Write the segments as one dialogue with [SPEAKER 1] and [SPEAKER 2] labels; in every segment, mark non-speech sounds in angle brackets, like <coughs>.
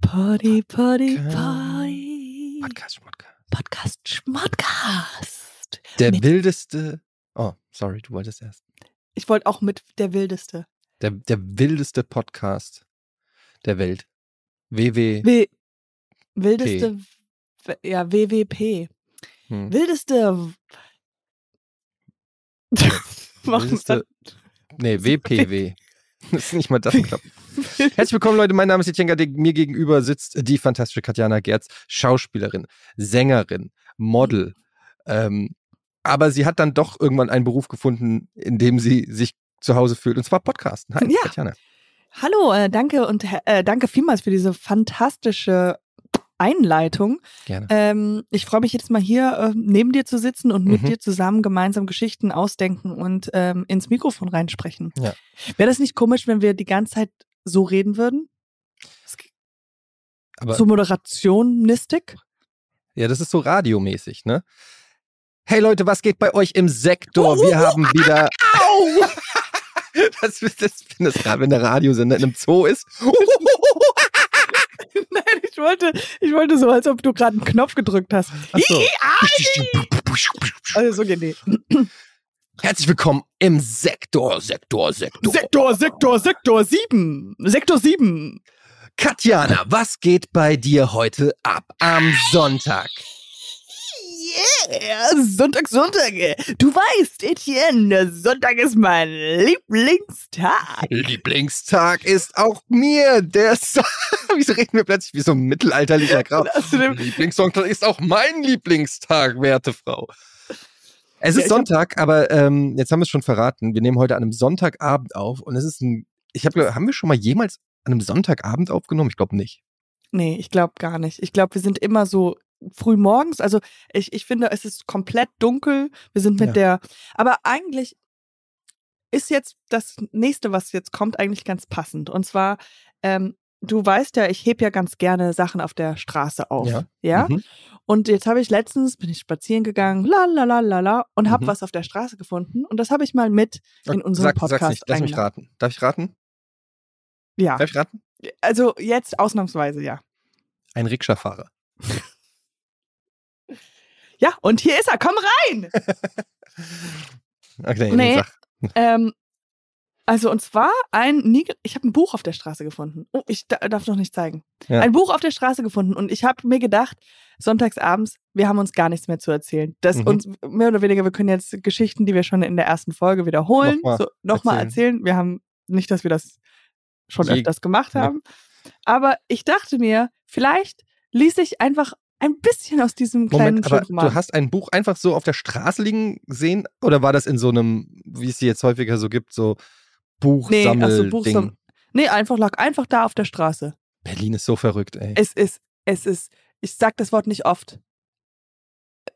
[SPEAKER 1] Party, Party, Party.
[SPEAKER 2] Podcast, Schmodcast.
[SPEAKER 1] Podcast Schmodcast.
[SPEAKER 2] Der
[SPEAKER 1] Mit-
[SPEAKER 2] wildeste. Oh, sorry, du wolltest erst.
[SPEAKER 1] Ich wollte auch mit der Wildeste.
[SPEAKER 2] Der, der wildeste Podcast der Welt. WW.
[SPEAKER 1] W wildeste. W- Ja, WWP. <laughs>
[SPEAKER 2] Hm.
[SPEAKER 1] Wildeste. Machen
[SPEAKER 2] Wildeste-
[SPEAKER 1] <laughs>
[SPEAKER 2] Nee, WPW. <laughs> Das ist nicht mal das. Glaub.
[SPEAKER 1] wir-
[SPEAKER 2] Herzlich willkommen, Leute. Mein Name ist Jetjenka. Mir gegenüber sitzt die fantastische Katjana Gerz, Schauspielerin, Sängerin, Model. Ähm, aber sie hat dann doch irgendwann einen Beruf gefunden, in dem sie sich zu Hause fühlt, und zwar Podcasten. Hi,
[SPEAKER 1] Ja.
[SPEAKER 2] Katjana.
[SPEAKER 1] Hallo, äh, danke und äh, danke vielmals für diese fantastische Einleitung.
[SPEAKER 2] Gerne.
[SPEAKER 1] Ähm, ich freue mich jetzt mal hier äh, neben dir zu sitzen und mit
[SPEAKER 2] Mhm.
[SPEAKER 1] dir zusammen gemeinsam Geschichten ausdenken und ähm, ins Mikrofon reinsprechen.
[SPEAKER 2] Ja.
[SPEAKER 1] Wäre das nicht komisch, wenn wir die ganze Zeit so reden würden?
[SPEAKER 2] Aber
[SPEAKER 1] Zur Moderationistik?
[SPEAKER 2] Ja, das ist so radiomäßig, ne? Hey Leute, was geht bei euch im Sektor? Wir haben wieder.
[SPEAKER 1] <laughs>
[SPEAKER 2] <laughs>
[SPEAKER 1] Au!
[SPEAKER 2] Das ist das, wenn das wenn der Radiosender in einem Zoo ist.
[SPEAKER 1] <laughs> Nein, ich wollte, ich wollte so, als ob du gerade einen Knopf gedrückt hast.
[SPEAKER 2] Ach so.
[SPEAKER 1] Also so geht die.
[SPEAKER 2] Herzlich willkommen im Sektor, Sektor, Sektor.
[SPEAKER 1] Sektor, Sektor, Sektor 7. Sektor 7.
[SPEAKER 2] Katjana, was geht bei dir heute ab am Sonntag?
[SPEAKER 1] Yeah, Sonntag, Sonntag. Du weißt, Etienne, der Sonntag ist mein Lieblingstag.
[SPEAKER 2] Lieblingstag ist auch mir der <laughs> Song. Wieso reden wir plötzlich wie so ein mittelalterlicher
[SPEAKER 1] <laughs>
[SPEAKER 2] Graf?
[SPEAKER 1] Außerdem-
[SPEAKER 2] Lieblingssong ist auch mein Lieblingstag, werte Frau. Es
[SPEAKER 1] Ja,
[SPEAKER 2] ist
[SPEAKER 1] ich hab-
[SPEAKER 2] Sonntag, aber ähm, jetzt haben wir es schon verraten. Wir nehmen heute an einem Sonntagabend auf und es ist ein. Ich habe, haben wir schon mal jemals an einem Sonntagabend aufgenommen? Ich glaube nicht.
[SPEAKER 1] Nee, ich glaube gar nicht. Ich glaube, wir sind immer so früh morgens. Also ich, ich finde, es ist komplett dunkel. Wir sind mit
[SPEAKER 2] Ja.
[SPEAKER 1] der. Aber eigentlich ist jetzt das nächste, was jetzt kommt, eigentlich ganz passend. Und zwar, ähm, du weißt ja, ich heb ja ganz gerne Sachen auf der Straße auf.
[SPEAKER 2] Ja.
[SPEAKER 1] ja?
[SPEAKER 2] Mhm.
[SPEAKER 1] Und jetzt habe ich letztens, bin ich spazieren gegangen, la la la la la, und habe
[SPEAKER 2] Mhm.
[SPEAKER 1] was auf der Straße gefunden. Und das habe ich mal mit in unserem
[SPEAKER 2] Sag-
[SPEAKER 1] Podcast.
[SPEAKER 2] Sag's nicht. Lass mich
[SPEAKER 1] eingeladen.
[SPEAKER 2] raten. Darf ich raten?
[SPEAKER 1] Ja,
[SPEAKER 2] Darf ich raten?
[SPEAKER 1] also jetzt ausnahmsweise ja.
[SPEAKER 2] Ein Rikscha-Fahrer.
[SPEAKER 1] Ja, und hier ist er, komm rein!
[SPEAKER 2] Okay,
[SPEAKER 1] Nee.
[SPEAKER 2] sag.
[SPEAKER 1] Ähm, also und zwar ein Nigel, ich habe ein Buch auf der Straße gefunden. Oh, ich da- darf noch nicht zeigen.
[SPEAKER 2] Ja.
[SPEAKER 1] Ein Buch auf der Straße gefunden und ich habe mir gedacht, sonntagsabends, wir haben uns gar nichts mehr zu erzählen. Das
[SPEAKER 2] Mhm.
[SPEAKER 1] uns mehr oder weniger, wir können jetzt Geschichten, die wir schon in der ersten Folge wiederholen,
[SPEAKER 2] Nochmal
[SPEAKER 1] so, nochmal erzählen. Wir haben nicht, dass wir das schon
[SPEAKER 2] Je-
[SPEAKER 1] öfters gemacht
[SPEAKER 2] Nee.
[SPEAKER 1] haben, aber ich dachte mir, vielleicht lese ich einfach ein bisschen aus diesem kleinen
[SPEAKER 2] Moment, aber
[SPEAKER 1] Schulroman.
[SPEAKER 2] du hast ein Buch einfach so auf der Straße liegen sehen? Oder war das in so einem, wie es sie jetzt häufiger so gibt, so
[SPEAKER 1] nee,
[SPEAKER 2] Buchsammel
[SPEAKER 1] also Buchsam
[SPEAKER 2] Ding.
[SPEAKER 1] nee, einfach lag einfach da auf der Straße.
[SPEAKER 2] Berlin ist so verrückt, ey.
[SPEAKER 1] Es ist, es ist, ich sag das Wort nicht oft.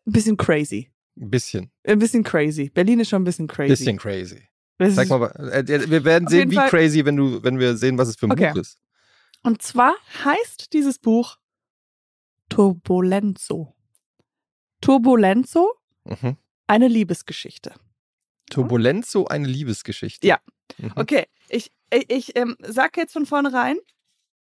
[SPEAKER 1] Ein bisschen crazy.
[SPEAKER 2] Ein bisschen,
[SPEAKER 1] Ein bisschen crazy. Berlin ist schon ein bisschen crazy.
[SPEAKER 2] bisschen crazy.
[SPEAKER 1] Das
[SPEAKER 2] Sag
[SPEAKER 1] ist-
[SPEAKER 2] mal, wa- äh, äh, wir werden
[SPEAKER 1] Auf
[SPEAKER 2] sehen,
[SPEAKER 1] jeden
[SPEAKER 2] wie
[SPEAKER 1] Fall-
[SPEAKER 2] crazy, wenn du, wenn wir sehen, was es für ein
[SPEAKER 1] Okay.
[SPEAKER 2] Buch ist.
[SPEAKER 1] Und zwar heißt dieses Buch Turbulenzo. Turbulenzo,
[SPEAKER 2] Mhm.
[SPEAKER 1] eine Liebesgeschichte.
[SPEAKER 2] Turbulenzo, eine Liebesgeschichte.
[SPEAKER 1] Ja.
[SPEAKER 2] Mhm.
[SPEAKER 1] Okay, ich, ich, ich ähm, sag jetzt von vornherein,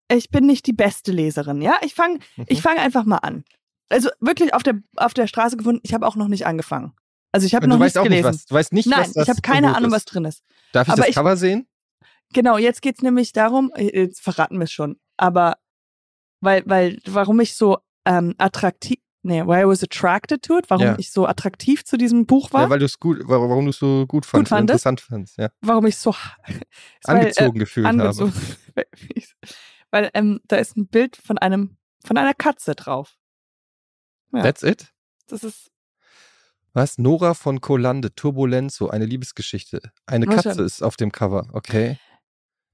[SPEAKER 1] ich bin nicht die beste Leserin, ja? Ich fange
[SPEAKER 2] Mhm.
[SPEAKER 1] ich fang einfach mal an. Also wirklich auf der, auf der Straße gefunden, ich habe auch noch nicht angefangen. Also ich habe
[SPEAKER 2] Und
[SPEAKER 1] noch
[SPEAKER 2] du weißt
[SPEAKER 1] nicht
[SPEAKER 2] auch
[SPEAKER 1] gelesen.
[SPEAKER 2] nicht was. Du weißt nicht,
[SPEAKER 1] Nein,
[SPEAKER 2] was das
[SPEAKER 1] ich habe
[SPEAKER 2] für ein
[SPEAKER 1] keine
[SPEAKER 2] Buch
[SPEAKER 1] Ahnung,
[SPEAKER 2] ist.
[SPEAKER 1] was drin ist.
[SPEAKER 2] Darf ich
[SPEAKER 1] aber
[SPEAKER 2] das
[SPEAKER 1] ich-
[SPEAKER 2] Cover sehen?
[SPEAKER 1] Genau, jetzt geht's nämlich darum, äh, jetzt verraten wir es schon, aber weil, weil, warum ich so ähm, attraktiv, nee, why I was attracted to it, warum
[SPEAKER 2] Ja.
[SPEAKER 1] ich so attraktiv zu diesem Buch war,
[SPEAKER 2] Ja, weil du es gut, warum, warum du es so gut fandst, und
[SPEAKER 1] fandest?
[SPEAKER 2] interessant fandst, ja.
[SPEAKER 1] warum ich so <laughs> weil, äh,
[SPEAKER 2] Angezogen gefühlt habe.
[SPEAKER 1] angezogen, <laughs> weil, weil ähm, da ist ein Bild von einem, von einer Katze drauf. Ja.
[SPEAKER 2] That's it?
[SPEAKER 1] Das ist,
[SPEAKER 2] Was? Nora von Kolande, Turbulenzo, eine Liebesgeschichte. Eine
[SPEAKER 1] Warte.
[SPEAKER 2] Katze ist auf dem Cover, okay. Also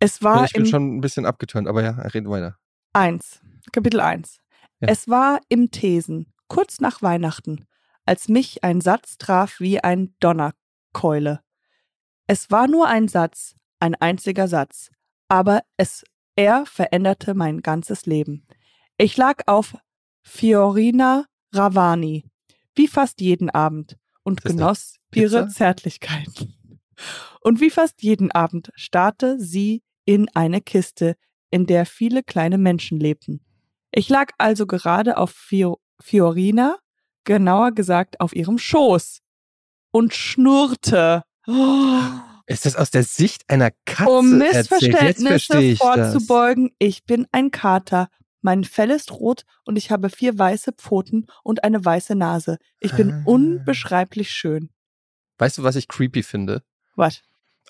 [SPEAKER 1] es war
[SPEAKER 2] ich bin
[SPEAKER 1] im
[SPEAKER 2] schon ein bisschen abgetönt, aber ja, reden weiter.
[SPEAKER 1] 1, Kapitel 1.
[SPEAKER 2] Ja.
[SPEAKER 1] Es war im Thesen, kurz nach Weihnachten, als mich ein Satz traf wie ein Donnerkeule. Es war nur ein Satz, ein einziger Satz, aber es, er veränderte mein ganzes Leben. Ich lag auf Fiorina Ravani, wie fast jeden Abend, und
[SPEAKER 2] Ist das eine
[SPEAKER 1] genoss
[SPEAKER 2] Pizza?
[SPEAKER 1] ihre Zärtlichkeit. Und wie fast jeden Abend starrte sie in eine Kiste, in der viele kleine Menschen lebten. Ich lag also gerade auf Fio Fiorina, genauer gesagt auf ihrem Schoß und schnurrte. Oh.
[SPEAKER 2] Ist das aus der Sicht einer Katze?
[SPEAKER 1] Um
[SPEAKER 2] erzählt? Jetzt
[SPEAKER 1] Missverständnisse
[SPEAKER 2] verstehe ich das.
[SPEAKER 1] vorzubeugen, ich bin ein Kater. Mein Fell ist rot und ich habe vier weiße Pfoten und eine weiße Nase. Ich bin
[SPEAKER 2] Ah.
[SPEAKER 1] unbeschreiblich schön.
[SPEAKER 2] Weißt du, was ich creepy finde?
[SPEAKER 1] Was?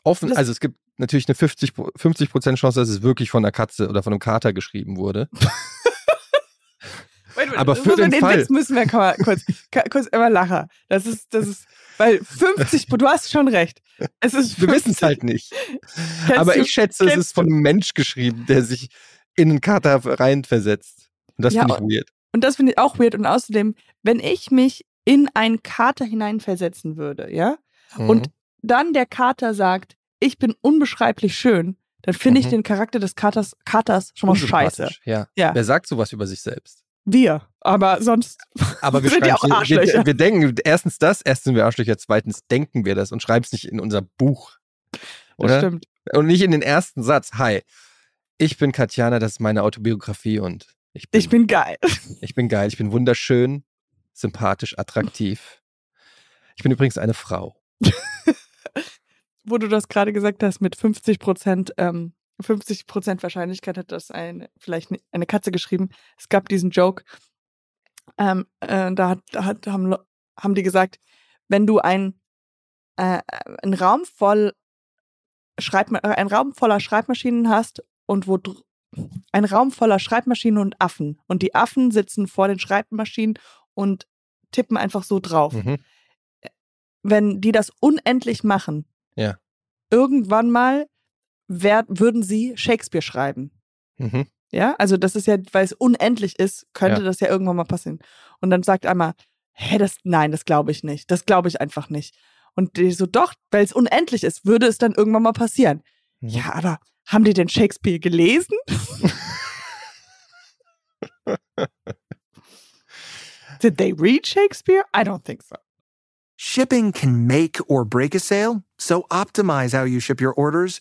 [SPEAKER 2] Offen,
[SPEAKER 1] Das-
[SPEAKER 2] also es gibt natürlich eine 50, Pro- 50% Chance, dass es wirklich von einer Katze oder von einem Kater geschrieben wurde. Aber für
[SPEAKER 1] Über
[SPEAKER 2] den Fall.
[SPEAKER 1] Text müssen wir ka- kurz, ka- kurz immer lachen. Das ist, das ist, weil 50, du hast schon recht. Es ist <laughs>
[SPEAKER 2] Wir wissen es halt nicht.
[SPEAKER 1] Kennst
[SPEAKER 2] Aber
[SPEAKER 1] du-
[SPEAKER 2] ich schätze, es
[SPEAKER 1] kennst
[SPEAKER 2] ist von einem Mensch geschrieben, der sich in einen Kater reinversetzt. Und das
[SPEAKER 1] Ja,
[SPEAKER 2] finde ich weird.
[SPEAKER 1] Und das finde ich auch weird. Und außerdem, wenn ich mich in einen Kater hineinversetzen würde, ja, und
[SPEAKER 2] Mhm.
[SPEAKER 1] dann der Kater sagt, ich bin unbeschreiblich schön, dann finde ich
[SPEAKER 2] Mhm.
[SPEAKER 1] den Charakter des Katers, Katers schon mal scheiße.
[SPEAKER 2] Unsympathisch, Ja.
[SPEAKER 1] Ja.
[SPEAKER 2] Wer sagt sowas über sich selbst?
[SPEAKER 1] Wir. Aber sonst.
[SPEAKER 2] Aber wir
[SPEAKER 1] Sind ja auch
[SPEAKER 2] schreiben hier- wir,
[SPEAKER 1] Arschlöcher.
[SPEAKER 2] wir denken erstens das, erstens sind wir Arschlöcher, zweitens denken wir das und schreiben es nicht in unser Buch.
[SPEAKER 1] Das
[SPEAKER 2] Oder?
[SPEAKER 1] stimmt.
[SPEAKER 2] Und nicht in den ersten Satz. Hi, ich bin Katjana, das ist meine Autobiografie und ich bin,
[SPEAKER 1] Ich bin geil.
[SPEAKER 2] ich bin geil, ich bin wunderschön, sympathisch, attraktiv. Ich bin übrigens eine Frau.
[SPEAKER 1] Wo du das gerade gesagt hast, mit 50 Prozent, ähm, 50 Prozent Wahrscheinlichkeit hat das ein, vielleicht ne- eine Katze geschrieben. Es gab diesen Joke. Ähm, äh, da hat, da hat, haben, Le- haben die gesagt, wenn du ein, äh, ein Raum voll Schreibma äh, ein Raum voller Schreibmaschinen hast und wo dr- ein Raum voller Schreibmaschinen und Affen und die Affen sitzen vor den Schreibmaschinen und tippen einfach so drauf
[SPEAKER 2] Mhm.
[SPEAKER 1] wenn die das unendlich machen,
[SPEAKER 2] Ja.
[SPEAKER 1] irgendwann mal werd, würden sie Shakespeare schreiben.
[SPEAKER 2] Mhm.
[SPEAKER 1] Ja, also das ist ja, weil es unendlich ist, könnte
[SPEAKER 2] Ja.
[SPEAKER 1] das ja irgendwann mal passieren. Und dann sagt einmal, hä, das, nein, das glaube ich nicht. Das glaube ich einfach nicht. Und die so, doch, weil es unendlich ist, würde es dann irgendwann mal passieren.
[SPEAKER 2] Mhm.
[SPEAKER 1] Ja, aber haben die denn Shakespeare
[SPEAKER 2] <laughs>
[SPEAKER 1] gelesen? Did they read Shakespeare? I don't think so.
[SPEAKER 3] Shipping can make or break a sale, so optimize how you ship your orders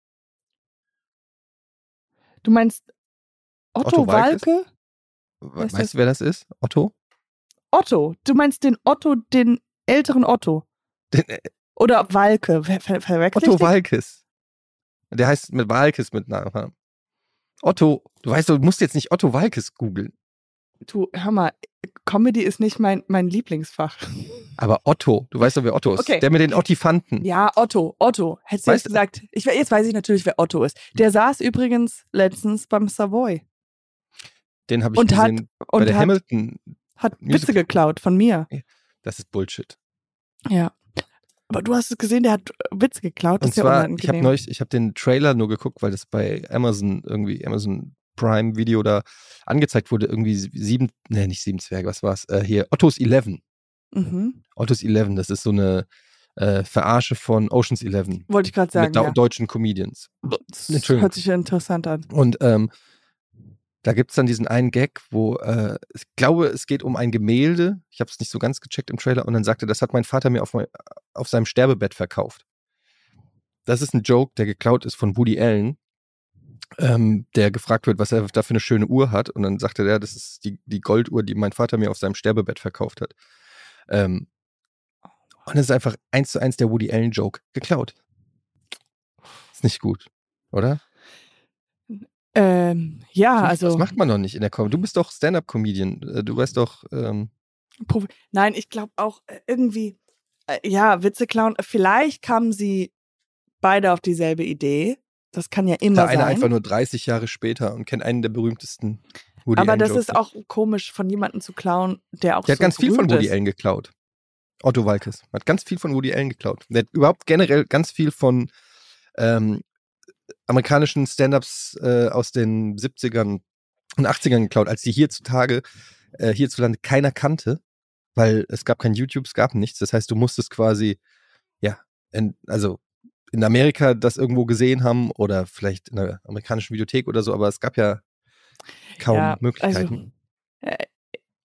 [SPEAKER 1] Du meinst Otto,
[SPEAKER 2] Otto Walkes?
[SPEAKER 1] Walke?
[SPEAKER 2] We-
[SPEAKER 1] Ist
[SPEAKER 2] weißt
[SPEAKER 1] das-
[SPEAKER 2] du, wer das ist? Otto?
[SPEAKER 1] Otto. Du meinst den Otto, den älteren Otto.
[SPEAKER 2] Den, äh,
[SPEAKER 1] Oder Walke. Ver ver verwechsel ich
[SPEAKER 2] Otto
[SPEAKER 1] den?
[SPEAKER 2] Walkes. Der heißt mit Walkes mit Nachnamen. Otto, du weißt, du musst jetzt nicht Otto Walkes googeln,
[SPEAKER 1] Du, hör mal, Comedy ist nicht mein, mein
[SPEAKER 2] <laughs>
[SPEAKER 1] Lieblingsfach.
[SPEAKER 2] aber Otto, du weißt doch, wer Otto ist.
[SPEAKER 1] Okay.
[SPEAKER 2] Der mit den Ottifanten.
[SPEAKER 1] Ja, Otto, Otto. Hättest du
[SPEAKER 2] Weißt
[SPEAKER 1] jetzt gesagt. Ich, we- jetzt weiß ich natürlich, wer Otto ist. Der saß übrigens letztens beim Savoy
[SPEAKER 2] Den habe ich
[SPEAKER 1] Und hat-
[SPEAKER 2] gesehen bei
[SPEAKER 1] und
[SPEAKER 2] der
[SPEAKER 1] hat,
[SPEAKER 2] Hamilton.
[SPEAKER 1] hat Witze
[SPEAKER 2] Musical-
[SPEAKER 1] geklaut von mir.
[SPEAKER 2] Das ist Bullshit.
[SPEAKER 1] Ja. Aber du hast es gesehen, der hat äh, Witze geklaut. Das
[SPEAKER 2] Und
[SPEAKER 1] ist ja
[SPEAKER 2] zwar, ich habe
[SPEAKER 1] unangenehm.
[SPEAKER 2] neulich, ich habe den Trailer nur geguckt, weil das bei Amazon irgendwie, Amazon Prime Video da angezeigt wurde, irgendwie sieben, nee, nicht sieben Zwerge, was war's? Äh, hier, Otto's Eleven.
[SPEAKER 1] mhm.
[SPEAKER 2] Otto's Eleven, das ist so eine äh, Verarsche von Ocean's Eleven.
[SPEAKER 1] Wollte ich gerade sagen.
[SPEAKER 2] mit dau-
[SPEAKER 1] Ja.
[SPEAKER 2] deutschen Comedians.
[SPEAKER 1] Das
[SPEAKER 2] Entschuldigung.
[SPEAKER 1] Hört sich interessant an.
[SPEAKER 2] Und ähm, da gibt es dann diesen einen Gag, wo äh, ich glaube, es geht um ein Gemälde. Ich habe es nicht so ganz gecheckt im Trailer. Und dann sagte, das hat mein Vater mir auf, mein, auf seinem Sterbebett verkauft. Das ist ein Joke, der geklaut ist von Woody Allen, ähm, der gefragt wird, was er da für eine schöne Uhr hat. Und dann sagte der, das ist die, die Golduhr, die mein Vater mir auf seinem Sterbebett verkauft hat. Ähm, und es ist einfach eins zu eins der Woody Allen-Joke geklaut. Ist nicht gut, oder?
[SPEAKER 1] Ähm, ja, also.
[SPEAKER 2] Das macht man doch nicht in der Comedy. Du bist doch Stand-up-Comedian. Äh, Du weißt doch, ähm,
[SPEAKER 1] Profi Nein, ich glaube auch äh, irgendwie, äh, ja, Witze klauen. äh, Vielleicht kamen sie beide auf dieselbe Idee. Das kann ja immer
[SPEAKER 2] der eine
[SPEAKER 1] sein.
[SPEAKER 2] einfach nur 30 Jahre später und kennt einen der berühmtesten Woody
[SPEAKER 1] Aber das
[SPEAKER 2] Allen-Jokes.
[SPEAKER 1] ist auch komisch, von jemandem zu klauen, der auch
[SPEAKER 2] Der hat
[SPEAKER 1] so
[SPEAKER 2] ganz viel von
[SPEAKER 1] berühmt
[SPEAKER 2] Woody
[SPEAKER 1] ist.
[SPEAKER 2] Allen geklaut. Otto Walkes hat ganz viel von Woody Allen geklaut. Der hat überhaupt generell ganz viel von ähm, amerikanischen Stand-ups äh, aus den 70ern und 80ern geklaut, als die heutzutage äh, hierzulande keiner kannte, weil es gab kein YouTube, es gab nichts. Das heißt, du musstest quasi, ja, in, also in Amerika das irgendwo gesehen haben oder vielleicht in der amerikanischen Videothek oder so, aber es gab ja kaum
[SPEAKER 1] Ja,
[SPEAKER 2] Möglichkeiten.
[SPEAKER 1] Also, äh,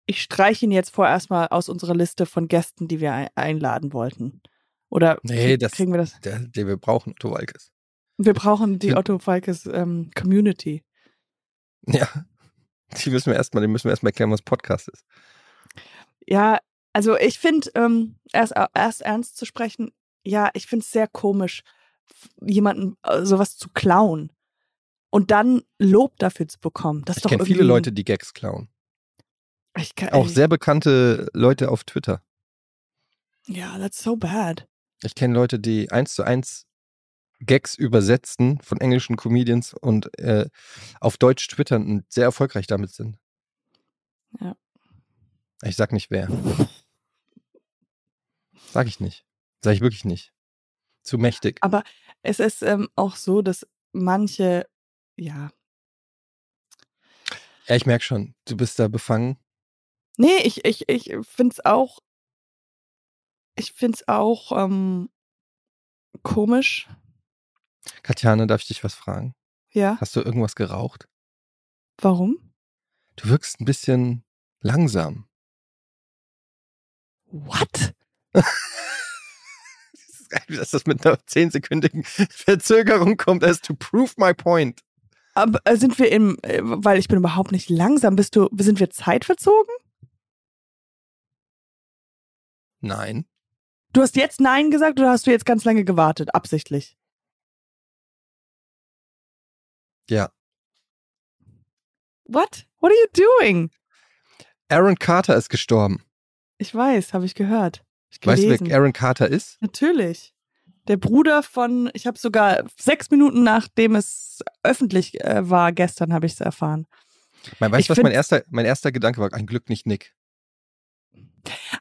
[SPEAKER 1] ich streiche ihn jetzt vorerst mal aus unserer Liste von Gästen, die wir ein einladen wollten. Oder
[SPEAKER 2] Nee, das-
[SPEAKER 1] kriegen wir das?
[SPEAKER 2] Der, den wir brauchen, Otto Walkes.
[SPEAKER 1] Wir brauchen die Otto Falkes ähm, Community.
[SPEAKER 2] Ja. Die müssen wir erstmal, den müssen wir erstmal erklären, was Podcast ist.
[SPEAKER 1] Ja, also ich finde, ähm, erst, erst ernst zu sprechen, ja, ich finde es sehr komisch, f- jemanden äh, sowas zu klauen und dann Lob dafür zu bekommen. Das ist
[SPEAKER 2] Ich
[SPEAKER 1] doch
[SPEAKER 2] kenne
[SPEAKER 1] irgendwie
[SPEAKER 2] viele Leute, die Gags klauen.
[SPEAKER 1] Ich kann,
[SPEAKER 2] Auch sehr bekannte Leute auf Twitter.
[SPEAKER 1] äh, Ja, that's so bad.
[SPEAKER 2] Ich kenne Leute, die eins zu eins Gags übersetzen von englischen Comedians und äh, auf Deutsch twittern und sehr erfolgreich damit sind.
[SPEAKER 1] Ja.
[SPEAKER 2] Ich sag nicht wer. Sag ich nicht. Sag ich wirklich nicht. Zu mächtig.
[SPEAKER 1] Aber- Es ist ähm, auch so, dass manche, ja,
[SPEAKER 2] Ja, ich merke schon, du bist da befangen.
[SPEAKER 1] Nee, ich, ich, ich finde es auch. Ich finde es auch ähm, komisch,
[SPEAKER 2] Katjana, darf ich dich was fragen?
[SPEAKER 1] ja.
[SPEAKER 2] Hast du irgendwas geraucht?
[SPEAKER 1] Warum?
[SPEAKER 2] Du wirkst ein bisschen langsam. <laughs>
[SPEAKER 1] What?
[SPEAKER 2] Das ist geil, Dass das mit einer zehnsekündigen Verzögerung kommt, as to prove my point.
[SPEAKER 1] Aber äh, sind wir im, äh, weil ich bin überhaupt nicht langsam. Bist du, sind wir zeitverzogen?
[SPEAKER 2] Nein.
[SPEAKER 1] Du hast jetzt Nein gesagt oder hast du jetzt ganz lange gewartet, absichtlich?
[SPEAKER 2] Ja.
[SPEAKER 1] What? What are you doing?
[SPEAKER 2] Aaron Carter ist gestorben.
[SPEAKER 1] Ich weiß, habe ich gehört. Hab Ich
[SPEAKER 2] Weißt
[SPEAKER 1] gelesen.
[SPEAKER 2] du, wer Aaron Carter ist?
[SPEAKER 1] Natürlich. Der Bruder von, ich habe sogar sechs Minuten nachdem es öffentlich äh, war, gestern habe ich es erfahren.
[SPEAKER 2] Mein, weißt
[SPEAKER 1] Ich
[SPEAKER 2] du, was mein
[SPEAKER 1] find-
[SPEAKER 2] erster, mein erster Gedanke war? Ein Glück nicht Nick.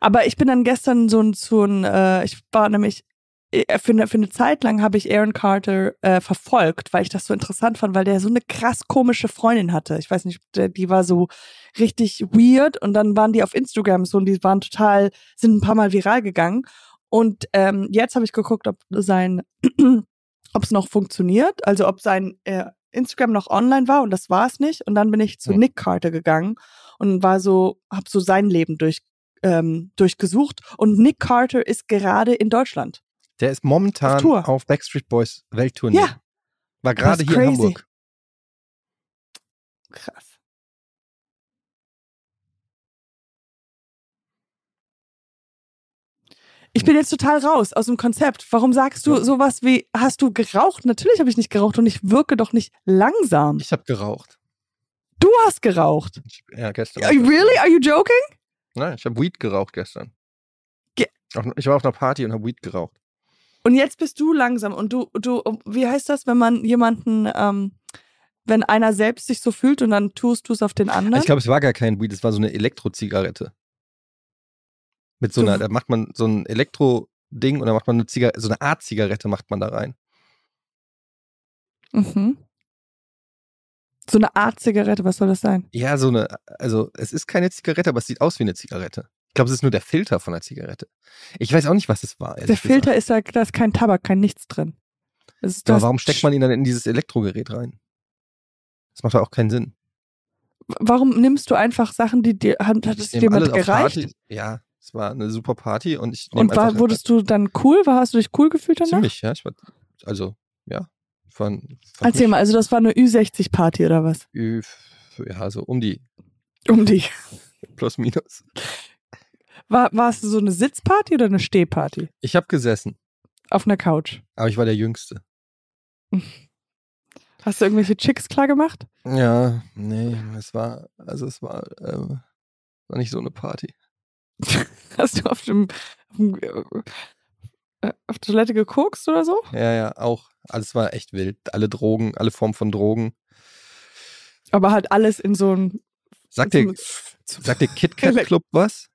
[SPEAKER 1] Aber ich bin dann gestern so ein, so ein äh, ich war nämlich, äh, für eine, für eine Zeit lang habe ich Aaron Carter äh, verfolgt, weil ich das so interessant fand, weil der so eine krass komische Freundin hatte. Ich weiß nicht, der, die war so richtig weird und dann waren die auf Instagram so und die waren total, sind ein paar Mal viral gegangen. Und ähm, jetzt habe ich geguckt, ob sein, <clears throat> ob es noch funktioniert, also ob sein äh, Instagram noch online war und das war es nicht. Und dann bin ich zu
[SPEAKER 2] Hm.
[SPEAKER 1] Nick Carter gegangen und war so, habe so sein Leben durch ähm, durchgesucht und Nick Carter ist gerade in Deutschland.
[SPEAKER 2] Der ist momentan
[SPEAKER 1] Auf
[SPEAKER 2] auf,
[SPEAKER 1] Tour.
[SPEAKER 2] Backstreet Boys Welttournee.
[SPEAKER 1] Ja.
[SPEAKER 2] War gerade
[SPEAKER 1] ist
[SPEAKER 2] hier in
[SPEAKER 1] crazy.
[SPEAKER 2] Hamburg.
[SPEAKER 1] Krass. Ich bin jetzt total raus aus dem Konzept. Warum sagst du
[SPEAKER 2] Ja.
[SPEAKER 1] sowas wie, hast du geraucht? Natürlich habe ich nicht geraucht und ich wirke doch nicht langsam.
[SPEAKER 2] Ich habe geraucht.
[SPEAKER 1] Du hast geraucht.
[SPEAKER 2] Ich- Ja, gestern.
[SPEAKER 1] Are you really? Are you joking?
[SPEAKER 2] Nein, ich habe Weed geraucht gestern.
[SPEAKER 1] Ge-
[SPEAKER 2] Auf- Ich war auf einer Party und habe Weed geraucht.
[SPEAKER 1] Und jetzt bist du langsam und du, du, wie heißt das, wenn man jemanden, ähm, wenn einer selbst sich so fühlt und dann tust du es auf den anderen?
[SPEAKER 2] Ich glaube, es war gar kein Weed, es war so eine Elektrozigarette. Mit so
[SPEAKER 1] Du-
[SPEAKER 2] einer, da macht man so ein Elektro-Ding und da macht man eine Zigarette, so eine Art Zigarette macht man da rein.
[SPEAKER 1] Mhm. So eine Art Zigarette, was soll das sein?
[SPEAKER 2] Ja, so eine, also es ist keine Zigarette, aber es sieht aus wie eine Zigarette. Ich glaube, es ist nur der Filter von der Zigarette. Ich weiß auch nicht, was es war.
[SPEAKER 1] Der Filter ist da, da ist kein Tabak, kein nichts drin. Es ist-
[SPEAKER 2] Ist aber
[SPEAKER 1] das-
[SPEAKER 2] warum steckt man ihn dann in dieses Elektrogerät rein? Das macht doch auch keinen Sinn.
[SPEAKER 1] Warum nimmst du einfach Sachen, die dir hat, hat es
[SPEAKER 2] Ich nehm
[SPEAKER 1] dir
[SPEAKER 2] alles
[SPEAKER 1] mit
[SPEAKER 2] auf Party.
[SPEAKER 1] gereicht?
[SPEAKER 2] Ja, es war eine super Party und ich nehm
[SPEAKER 1] Und war,
[SPEAKER 2] einfach-
[SPEAKER 1] wurdest du dann cool? War, hast du dich cool gefühlt danach?
[SPEAKER 2] ziemlich, ja. Ich war, also, ja. Ich war, fand
[SPEAKER 1] Erzähl
[SPEAKER 2] mich-
[SPEAKER 1] mal, also das war eine Ü60-Party oder was?
[SPEAKER 2] Ü- Ja, so um die
[SPEAKER 1] Um die.
[SPEAKER 2] <laughs> plus minus.
[SPEAKER 1] War, war es so eine Sitzparty oder eine Stehparty?
[SPEAKER 2] Ich habe gesessen,
[SPEAKER 1] Auf einer Couch.
[SPEAKER 2] aber ich war der Jüngste.
[SPEAKER 1] Hast du irgendwelche Chicks klar gemacht? <laughs>
[SPEAKER 2] Ja, nee, es war, also es war, ähm, war nicht so eine Party.
[SPEAKER 1] Hast du auf dem, auf, dem äh, auf der Toilette gekokst oder so?
[SPEAKER 2] Ja, ja, auch. Alles war echt wild. Alle Drogen, alle Formen von Drogen.
[SPEAKER 1] Aber halt alles in so einem
[SPEAKER 2] Sagt dir,
[SPEAKER 1] Zum- zum-
[SPEAKER 2] <laughs> sagt dir Kit Kat Club was?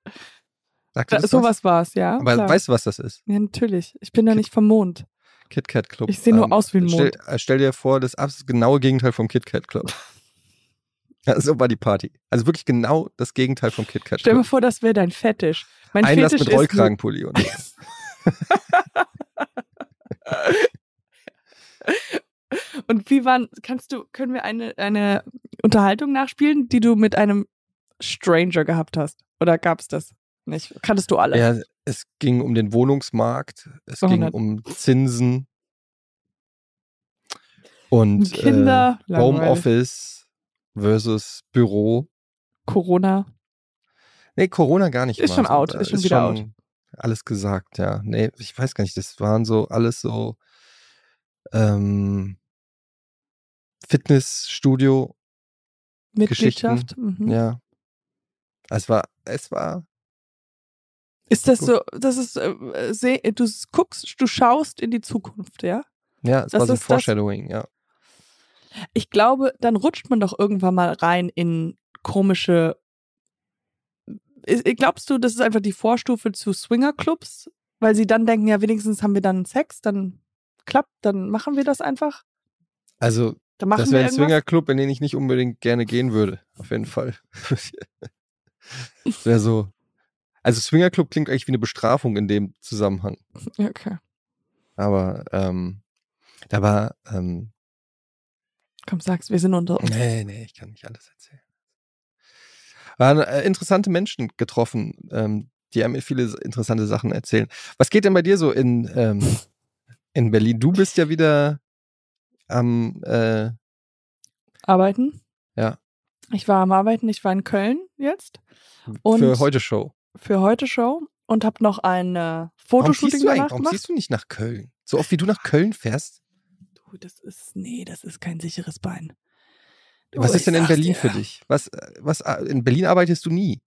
[SPEAKER 2] Sagt dir
[SPEAKER 1] Da,
[SPEAKER 2] das
[SPEAKER 1] Äh, sowas war es, ja.
[SPEAKER 2] was? Aber
[SPEAKER 1] klar.
[SPEAKER 2] weißt du, was das ist?
[SPEAKER 1] ja, natürlich. Ich bin ja nicht vom Mond.
[SPEAKER 2] Kit Kat Club.
[SPEAKER 1] Ich sehe nur
[SPEAKER 2] Ähm,
[SPEAKER 1] aus wie ein
[SPEAKER 2] Stell,
[SPEAKER 1] Mond.
[SPEAKER 2] <laughs> äh, stell dir vor, das absolut genaue Gegenteil vom Kit Kat Club. Ja, so war die Party. Also wirklich genau das Gegenteil vom Kit Kat.
[SPEAKER 1] Stell dir mal vor, das wäre dein Fetisch. Mein
[SPEAKER 2] Einlass
[SPEAKER 1] Fetisch
[SPEAKER 2] mit Rollkragenpulli und
[SPEAKER 1] Ist, <laughs> und wie waren, kannst du, können wir eine, eine Unterhaltung nachspielen, die du mit einem Stranger gehabt hast? Oder gab es das nicht? Kanntest du alle?
[SPEAKER 2] Ja, es ging um den Wohnungsmarkt, es ging
[SPEAKER 1] 200.
[SPEAKER 2] um Zinsen und
[SPEAKER 1] Kinder,
[SPEAKER 2] äh,
[SPEAKER 1] langweilig.
[SPEAKER 2] Homeoffice versus Büro.
[SPEAKER 1] Corona.
[SPEAKER 2] Nee, Corona gar nicht.
[SPEAKER 1] Ist
[SPEAKER 2] mal
[SPEAKER 1] schon
[SPEAKER 2] so.
[SPEAKER 1] out,
[SPEAKER 2] Da
[SPEAKER 1] ist schon wieder out.
[SPEAKER 2] Alles gesagt, ja. Nee, ich weiß gar nicht, das waren so alles so ähm, Fitnessstudio
[SPEAKER 1] Mitgliedschaft. Mhm.
[SPEAKER 2] Ja. Es war, es war,
[SPEAKER 1] Ist das
[SPEAKER 2] Gut.
[SPEAKER 1] so, das ist, äh, seh, du guckst, du schaust in die Zukunft, ja?
[SPEAKER 2] ja, es
[SPEAKER 1] Das
[SPEAKER 2] war so
[SPEAKER 1] ist das-
[SPEAKER 2] Foreshadowing, ja.
[SPEAKER 1] Ich glaube, dann rutscht man doch irgendwann mal rein in komische. I- Glaubst du, das ist einfach die Vorstufe zu Swingerclubs? Weil sie dann denken, ja, wenigstens haben wir dann Sex, dann klappt, dann machen wir das einfach.
[SPEAKER 2] Also,
[SPEAKER 1] Dann machen
[SPEAKER 2] das
[SPEAKER 1] wir
[SPEAKER 2] wäre ein
[SPEAKER 1] irgendwas.
[SPEAKER 2] Swingerclub, in den ich nicht unbedingt gerne gehen würde. Auf jeden Fall. <laughs> wäre so. Also, Swingerclub klingt eigentlich wie eine Bestrafung in dem Zusammenhang.
[SPEAKER 1] Ja, Okay,
[SPEAKER 2] Aber, ähm, da war, ähm,
[SPEAKER 1] komm, sag's, wir sind unter uns.
[SPEAKER 2] nee, nee, ich kann nicht alles erzählen. Waren äh, interessante Menschen getroffen, ähm, die haben mir viele interessante Sachen erzählen. Was geht denn bei dir so in, ähm, in Berlin? Du bist ja wieder am, äh,
[SPEAKER 1] Arbeiten?
[SPEAKER 2] Ja.
[SPEAKER 1] Ich war am Arbeiten, ich war in Köln jetzt Und-
[SPEAKER 2] für heute Show.
[SPEAKER 1] für heute Show und habe noch ein äh,
[SPEAKER 2] Warum fliegst
[SPEAKER 1] Fotoshooting
[SPEAKER 2] du eigentlich?
[SPEAKER 1] danach
[SPEAKER 2] Warum
[SPEAKER 1] gemacht.
[SPEAKER 2] fliegst du nicht nach Köln? So oft wie du nach Köln fährst.
[SPEAKER 1] Du, das ist, nee, das ist kein sicheres Bein. Du,
[SPEAKER 2] Was
[SPEAKER 1] ich
[SPEAKER 2] ist denn in
[SPEAKER 1] sag's
[SPEAKER 2] Berlin
[SPEAKER 1] dir.
[SPEAKER 2] für dich? Was, äh, was, äh, in Berlin arbeitest du nie.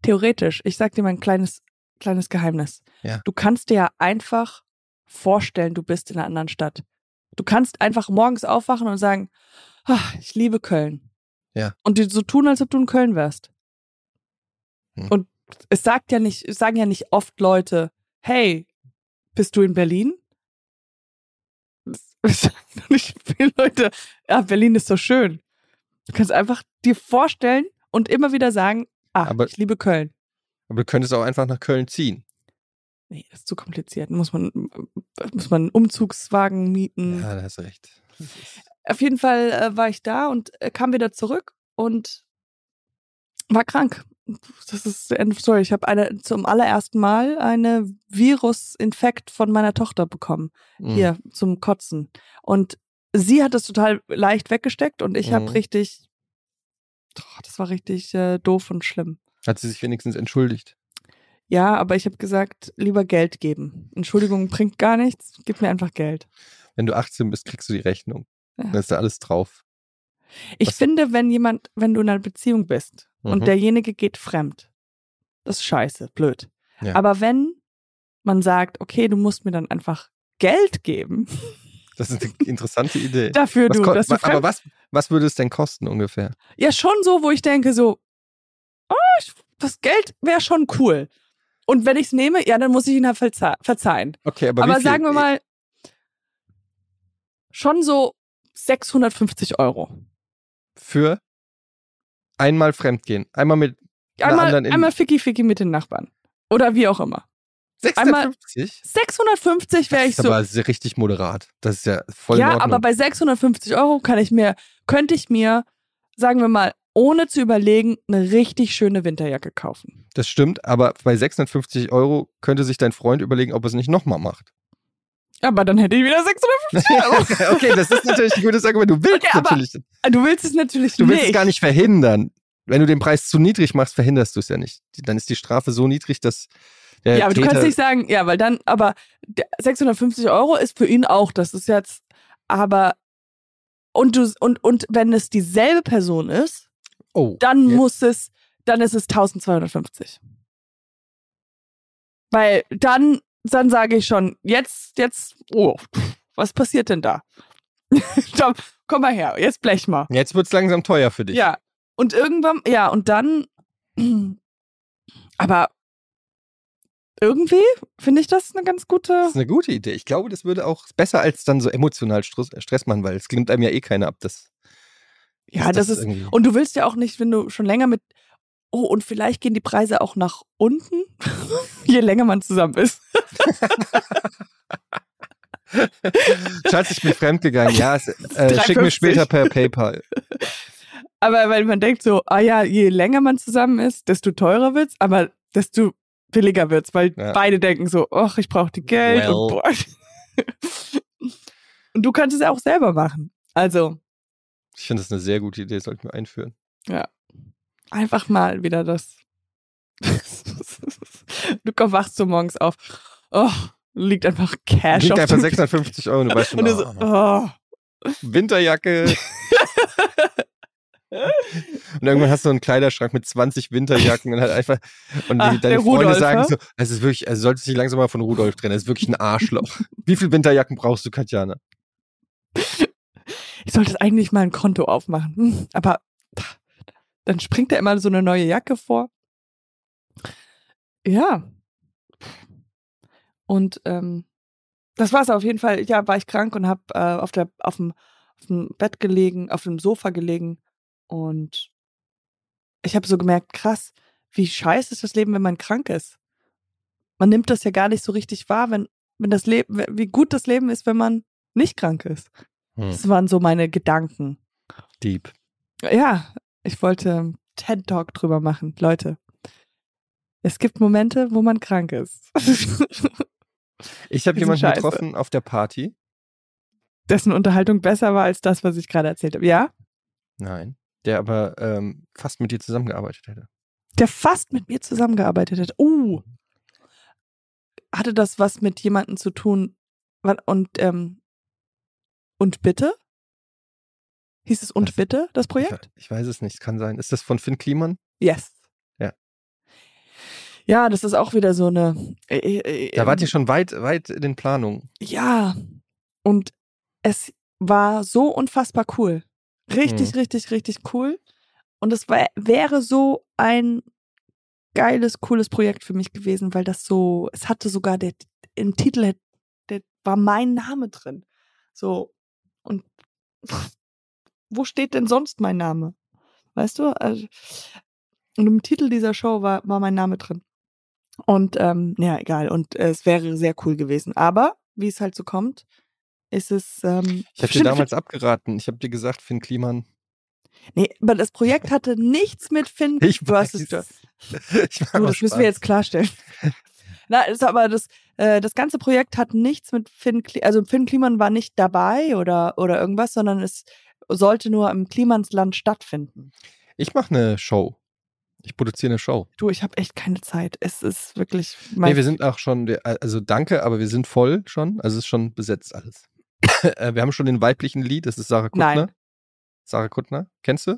[SPEAKER 1] Theoretisch, ich sag dir mal ein kleines, kleines Geheimnis.
[SPEAKER 2] Ja.
[SPEAKER 1] Du kannst dir ja einfach vorstellen, du bist in einer anderen Stadt. Du kannst einfach morgens aufwachen und sagen, "Ah, ich liebe Köln.
[SPEAKER 2] Ja.
[SPEAKER 1] Und dir so tun, als ob du in Köln wärst.
[SPEAKER 2] Hm.
[SPEAKER 1] Und es sagt ja nicht, es sagen ja nicht oft Leute, hey, bist du in Berlin? <laughs> Es es sagen doch nicht viele Leute, ja, Berlin ist so schön. Du kannst einfach dir vorstellen und immer wieder sagen, ach,
[SPEAKER 2] Aber-
[SPEAKER 1] ich liebe Köln.
[SPEAKER 2] Aber du könntest auch einfach nach Köln ziehen.
[SPEAKER 1] Nee, das ist zu kompliziert. Muss man, äh, muss man einen Umzugswagen mieten.
[SPEAKER 2] Ja, da hast du recht. Das ist-
[SPEAKER 1] Auf jeden Fall äh, war ich da und äh, kam wieder zurück und war krank. Das ist the end of story. Ich habe eine zum allerersten Mal eine Virusinfekt von meiner Tochter bekommen.
[SPEAKER 2] Mm.
[SPEAKER 1] Hier zum Kotzen. Und sie hat es total leicht weggesteckt und ich
[SPEAKER 2] Mhm.
[SPEAKER 1] habe richtig, Doch, das war richtig äh, doof und schlimm.
[SPEAKER 2] Hat sie sich wenigstens entschuldigt.
[SPEAKER 1] Ja, aber ich habe gesagt, lieber Geld geben. Entschuldigung bringt gar nichts. Gib mir einfach Geld.
[SPEAKER 2] Wenn du 18 bist, kriegst du die Rechnung.
[SPEAKER 1] Ja.
[SPEAKER 2] Da ist da alles drauf.
[SPEAKER 1] Ich
[SPEAKER 2] Was-
[SPEAKER 1] finde, wenn jemand, wenn du in einer Beziehung bist
[SPEAKER 2] Mhm.
[SPEAKER 1] und derjenige geht fremd, das ist scheiße, blöd.
[SPEAKER 2] Ja.
[SPEAKER 1] Aber wenn man sagt, okay, du musst mir dann einfach Geld geben <laughs>
[SPEAKER 2] Das ist eine interessante Idee.
[SPEAKER 1] dafür,
[SPEAKER 2] Was
[SPEAKER 1] du,
[SPEAKER 2] ko-
[SPEAKER 1] dass du
[SPEAKER 2] wa- aber
[SPEAKER 1] fremd
[SPEAKER 2] was, was würde es denn kosten ungefähr?
[SPEAKER 1] Ja, schon so, wo ich denke, so, ah, ich, das Geld wäre schon cool. Und wenn ich es nehme, ja, dann muss ich ihn halt verzei verzeihen.
[SPEAKER 2] Okay, aber,
[SPEAKER 1] Aber,
[SPEAKER 2] wie viel?
[SPEAKER 1] sagen wir mal, schon so 650 Euro.
[SPEAKER 2] Für einmal fremdgehen. Einmal mit Einer
[SPEAKER 1] Einmal,
[SPEAKER 2] anderen in-
[SPEAKER 1] einmal Ficky Ficky mit den Nachbarn. Oder wie auch immer.
[SPEAKER 2] 650?
[SPEAKER 1] 650 wäre ich
[SPEAKER 2] das ist
[SPEAKER 1] so.
[SPEAKER 2] aber sehr richtig moderat. Das ist ja voll in
[SPEAKER 1] Ja,
[SPEAKER 2] Ordnung.
[SPEAKER 1] aber bei 650 Euro kann ich mir, könnte ich mir, sagen wir mal, ohne zu überlegen, eine richtig schöne Winterjacke kaufen.
[SPEAKER 2] das stimmt, aber bei 650 Euro könnte sich dein Freund überlegen, ob er es nicht nochmal macht.
[SPEAKER 1] Aber dann hätte ich wieder 650.
[SPEAKER 2] okay, das ist natürlich ein gutes Argument. Du willst
[SPEAKER 1] Okay, aber
[SPEAKER 2] natürlich, du
[SPEAKER 1] Du willst es natürlich
[SPEAKER 2] willst
[SPEAKER 1] nicht.
[SPEAKER 2] es gar nicht verhindern. Wenn du den Preis zu niedrig machst, verhinderst du es ja nicht. Dann ist die Strafe so niedrig, dass der
[SPEAKER 1] ja, aber du
[SPEAKER 2] Täter
[SPEAKER 1] kannst nicht sagen, ja, weil dann, aber der 650 Euro ist für ihn auch, das ist jetzt, aber und du und und wenn es dieselbe Person ist,
[SPEAKER 2] oh,
[SPEAKER 1] dann
[SPEAKER 2] Ja.
[SPEAKER 1] muss es, dann ist es 1250. Weil dann, dann sage ich schon, jetzt, jetzt, oh, was passiert denn da? <laughs> Tom, komm mal her, jetzt blech mal.
[SPEAKER 2] jetzt wird es langsam teuer für dich.
[SPEAKER 1] Ja. Und irgendwann, ja, und dann, aber irgendwie finde ich das eine ganz
[SPEAKER 2] Das
[SPEAKER 1] gute,
[SPEAKER 2] ist eine gute Idee. Ich glaube, äh, das würde auch besser als dann so emotional Stress, Stress machen, weil es klingt einem ja eh keiner ab, das
[SPEAKER 1] Ja, das ist-
[SPEAKER 2] irgendwie-
[SPEAKER 1] Und du willst ja auch nicht, wenn du schon länger mit. Oh, und vielleicht gehen die Preise auch nach unten, <laughs> je länger man zusammen ist.
[SPEAKER 2] <laughs> Schatz, ich bin fremdgegangen. Ja, es, äh, schick mir
[SPEAKER 1] 3,50.
[SPEAKER 2] später per PayPal.
[SPEAKER 1] Aber weil man denkt so, ah ja, je länger man zusammen ist, desto teurer wird's, aber desto billiger wird's, weil
[SPEAKER 2] Ja.
[SPEAKER 1] beide denken so, ach, ich brauche die Geld und
[SPEAKER 2] Well.
[SPEAKER 1] boah. <laughs> und du kannst es auch selber machen. Also
[SPEAKER 2] Ich finde das eine sehr gute Idee, sollten wir einführen.
[SPEAKER 1] einfach mal wieder das. <laughs> du komm, wachst so morgens auf. Oh, liegt einfach Cash
[SPEAKER 2] Liegt
[SPEAKER 1] auf
[SPEAKER 2] einfach
[SPEAKER 1] dem
[SPEAKER 2] 650 Euro, du weißt schon,
[SPEAKER 1] und du so,
[SPEAKER 2] oh,
[SPEAKER 1] oh.
[SPEAKER 2] Winterjacke.
[SPEAKER 1] <laughs>
[SPEAKER 2] und irgendwann hast du einen Kleiderschrank mit 20 Winterjacken und halt einfach. Und
[SPEAKER 1] Ach,
[SPEAKER 2] die,
[SPEAKER 1] der
[SPEAKER 2] deine Freunde
[SPEAKER 1] Rudolf,
[SPEAKER 2] sagen
[SPEAKER 1] ja?
[SPEAKER 2] so: Es ist wirklich, also solltest du dich langsam mal von Rudolf trennen, es ist wirklich ein
[SPEAKER 1] <laughs>
[SPEAKER 2] Arschloch. Wie viele Winterjacken brauchst du, Katjana?
[SPEAKER 1] ich sollte eigentlich mal ein Konto aufmachen. Hm, Aber dann springt da immer so eine neue Jacke vor. Ja. Und ähm, das war's auf jeden Fall. Ja, war ich krank und habe äh, auf, der- auf, dem, auf dem Bett gelegen, auf dem Sofa gelegen. Und ich habe so gemerkt, krass, wie scheiße ist das Leben, wenn man krank ist. Man nimmt das ja gar nicht so richtig wahr, wenn, wenn das Leben, wie gut das Leben ist, wenn man nicht krank ist.
[SPEAKER 2] Hm,
[SPEAKER 1] Das waren so meine Gedanken.
[SPEAKER 2] deep.
[SPEAKER 1] Ja, ich wollte TED Talk drüber machen. Leute, es gibt Momente, wo man krank ist. <laughs>
[SPEAKER 2] Ich habe
[SPEAKER 1] Die sind
[SPEAKER 2] jemanden
[SPEAKER 1] scheiße.
[SPEAKER 2] getroffen auf der Party.
[SPEAKER 1] Dessen Unterhaltung besser war als das, was ich gerade erzählt habe. Ja,
[SPEAKER 2] Nein. Der aber ähm, fast mit dir zusammengearbeitet hätte.
[SPEAKER 1] der fast mit mir zusammengearbeitet hat. Uh, hatte das was mit jemandem zu tun? wa- Und, ähm, und bitte? Hieß es und
[SPEAKER 2] Was?
[SPEAKER 1] bitte, das
[SPEAKER 2] Ich,
[SPEAKER 1] Projekt?
[SPEAKER 2] we- ich weiß es nicht, es kann sein. Ist das von Finn Kliman?
[SPEAKER 1] Yes.
[SPEAKER 2] Ja.
[SPEAKER 1] Ja, das ist auch wieder so eine. äh, äh,
[SPEAKER 2] Da wart ihr
[SPEAKER 1] ähm,
[SPEAKER 2] schon weit, weit in den Planungen.
[SPEAKER 1] Ja, und es war so unfassbar cool. Richtig, richtig, richtig cool. Und es wär- wäre so ein geiles, cooles Projekt für mich gewesen, weil das so, es hatte sogar der, im Titel hat- der, war mein Name drin. So, und wo steht denn sonst mein Name? Weißt du? Also, und im Titel dieser Show war, war mein Name drin. Und ähm, ja, egal. Und äh, es wäre sehr cool gewesen. Aber wie es halt so kommt, ist es. Ähm,
[SPEAKER 2] Ich habe dir
[SPEAKER 1] stimmt,
[SPEAKER 2] damals abgeraten. Ich habe dir gesagt, Finn Kliman.
[SPEAKER 1] Nee, aber das Projekt hatte nichts mit Finn
[SPEAKER 2] Ich
[SPEAKER 1] versus.
[SPEAKER 2] weiß.
[SPEAKER 1] Du,
[SPEAKER 2] <laughs> Ich war
[SPEAKER 1] Oh, das
[SPEAKER 2] mal
[SPEAKER 1] müssen wir
[SPEAKER 2] Oh, Spaß.
[SPEAKER 1] jetzt klarstellen. <laughs> Na, ist aber das, äh, das ganze Projekt hat nichts mit Finn, Kli also Finn Kliman war nicht dabei oder, oder irgendwas, sondern es sollte nur im Klimansland stattfinden.
[SPEAKER 2] Ich mache eine Show. Ich produziere eine Show.
[SPEAKER 1] Du, ich habe echt keine Zeit. Es ist wirklich mein.
[SPEAKER 2] Nee, wir sind auch schon, wir- also danke, aber wir sind voll schon. Also es ist schon besetzt alles. <coughs> Äh, wir haben schon den weiblichen Lied, das ist Sarah Kuttner.
[SPEAKER 1] Nein.
[SPEAKER 2] Sarah Kuttner, kennst du?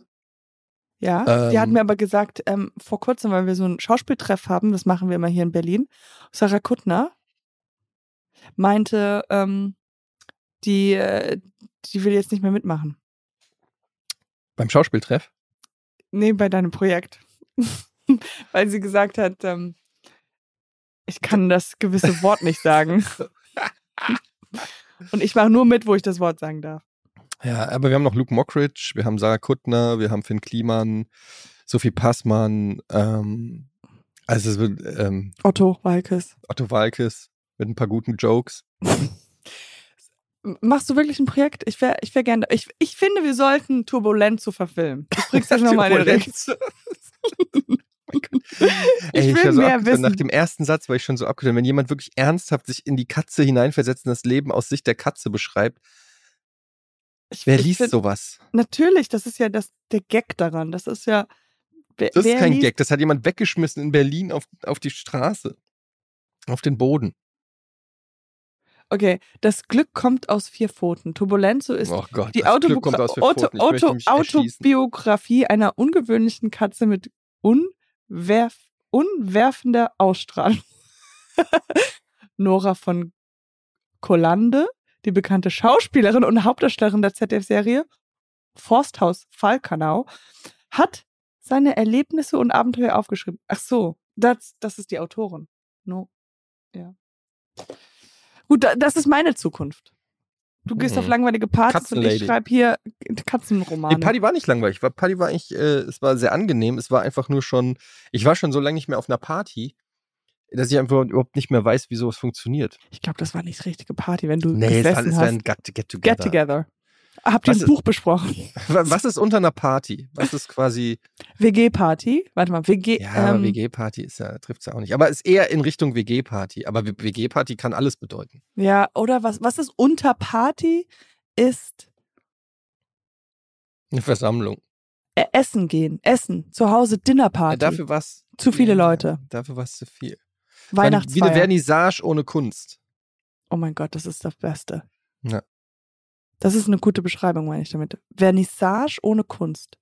[SPEAKER 1] Ja, die hat
[SPEAKER 2] Ähm,
[SPEAKER 1] mir aber gesagt, ähm, vor kurzem, weil wir so einen Schauspieltreff haben, das machen wir immer hier in Berlin, Sarah Kuttner meinte, ähm, die, äh, die will jetzt nicht mehr mitmachen. <laughs>
[SPEAKER 2] Beim Schauspieltreff.
[SPEAKER 1] Nee, bei deinem Projekt. <laughs> weil sie gesagt hat, ähm, ich kann das gewisse Wort nicht
[SPEAKER 2] <laughs>
[SPEAKER 1] sagen. Und ich mache nur mit, wo ich das Wort sagen darf.
[SPEAKER 2] Ja, aber wir haben noch Luke Mockridge, wir haben Sarah Kuttner, wir haben Finn Kliman, Sophie Passmann, ähm, also es wird ähm,
[SPEAKER 1] Otto Walkes.
[SPEAKER 2] Otto Walkes mit ein paar guten Jokes.
[SPEAKER 1] M- Machst du wirklich ein Projekt? Ich wäre ich wär gerne. Ich, ich finde, wir sollten Turbulent zu verfilmen.
[SPEAKER 2] <laughs>
[SPEAKER 1] Du bringst das nochmal in den Ring.
[SPEAKER 2] Ey,
[SPEAKER 1] Ich
[SPEAKER 2] ich
[SPEAKER 1] will
[SPEAKER 2] war so
[SPEAKER 1] mehr
[SPEAKER 2] abgetan. Nach
[SPEAKER 1] wissen.
[SPEAKER 2] dem ersten Satz war ich schon so abgetan. Wenn jemand wirklich ernsthaft sich in die Katze hineinversetzt und das Leben aus Sicht der Katze beschreibt,
[SPEAKER 1] Ich,
[SPEAKER 2] wer
[SPEAKER 1] ich
[SPEAKER 2] liest
[SPEAKER 1] find-
[SPEAKER 2] sowas?
[SPEAKER 1] Natürlich, das ist ja das, der Gag daran. Das ist ja. Wer,
[SPEAKER 2] Das ist
[SPEAKER 1] wer
[SPEAKER 2] kein
[SPEAKER 1] liest,
[SPEAKER 2] Gag. Das hat jemand weggeschmissen in Berlin auf, auf die Straße. Auf den Boden.
[SPEAKER 1] Okay, das Glück kommt aus vier Pfoten. Turbulent so ist
[SPEAKER 2] oh Gott,
[SPEAKER 1] die
[SPEAKER 2] das Glück
[SPEAKER 1] Autobiogra-
[SPEAKER 2] kommt aus vier
[SPEAKER 1] Auto,
[SPEAKER 2] Pfoten. Ich möchte
[SPEAKER 1] Auto,
[SPEAKER 2] mich erschießen.
[SPEAKER 1] Autobiografie einer ungewöhnlichen Katze mit unwerf, unwerfender Ausstrahlung. <laughs> Nora von Kolande, die bekannte Schauspielerin und Hauptdarstellerin der ZDF-Serie Forsthaus Falkanau, hat seine Erlebnisse und Abenteuer aufgeschrieben. Ach so, das, das ist die Autorin. No. Ja. Gut, da, das ist meine Zukunft. Du gehst
[SPEAKER 2] Mhm.
[SPEAKER 1] auf langweilige Partys und ich
[SPEAKER 2] Katzenlady.
[SPEAKER 1] schreibe hier
[SPEAKER 2] Die
[SPEAKER 1] Katzenromane.
[SPEAKER 2] Party war nicht langweilig. War- Party war eigentlich, äh, es war sehr angenehm. Es war einfach nur schon, ich war schon so lange nicht mehr auf einer Party, dass ich einfach überhaupt nicht mehr weiß, wieso es funktioniert.
[SPEAKER 1] ich glaube, das war nicht die richtige Party, wenn du
[SPEAKER 2] es war,
[SPEAKER 1] gesessen
[SPEAKER 2] es war ein
[SPEAKER 1] hast.
[SPEAKER 2] Get, get Together.
[SPEAKER 1] Get together. Habt ihr
[SPEAKER 2] Was
[SPEAKER 1] ein
[SPEAKER 2] ist-
[SPEAKER 1] Buch besprochen?
[SPEAKER 2] <laughs> Wa- Was ist unter einer Party? Was
[SPEAKER 1] <laughs>
[SPEAKER 2] ist quasi,
[SPEAKER 1] WG-Party? Warte mal, WG.
[SPEAKER 2] ja, aber
[SPEAKER 1] ähm,
[SPEAKER 2] WG-Party ist ja, trifft's ja auch nicht. Aber ist eher in Richtung WG-Party. Aber W- WG-Party kann alles bedeuten.
[SPEAKER 1] Ja, oder was, was ist unter Party? Ist
[SPEAKER 2] Eine Versammlung.
[SPEAKER 1] äh, Essen gehen, Essen, zu Hause Dinnerparty.
[SPEAKER 2] Ja, dafür war's.
[SPEAKER 1] Zu viele
[SPEAKER 2] ja,
[SPEAKER 1] Leute.
[SPEAKER 2] Dafür war's zu viel. War Wie eine
[SPEAKER 1] Weihnachtsfeier.
[SPEAKER 2] Vernissage ohne Kunst.
[SPEAKER 1] Oh mein Gott, das ist das Beste.
[SPEAKER 2] Ja.
[SPEAKER 1] Das ist eine gute Beschreibung, meine ich damit. Vernissage ohne Kunst.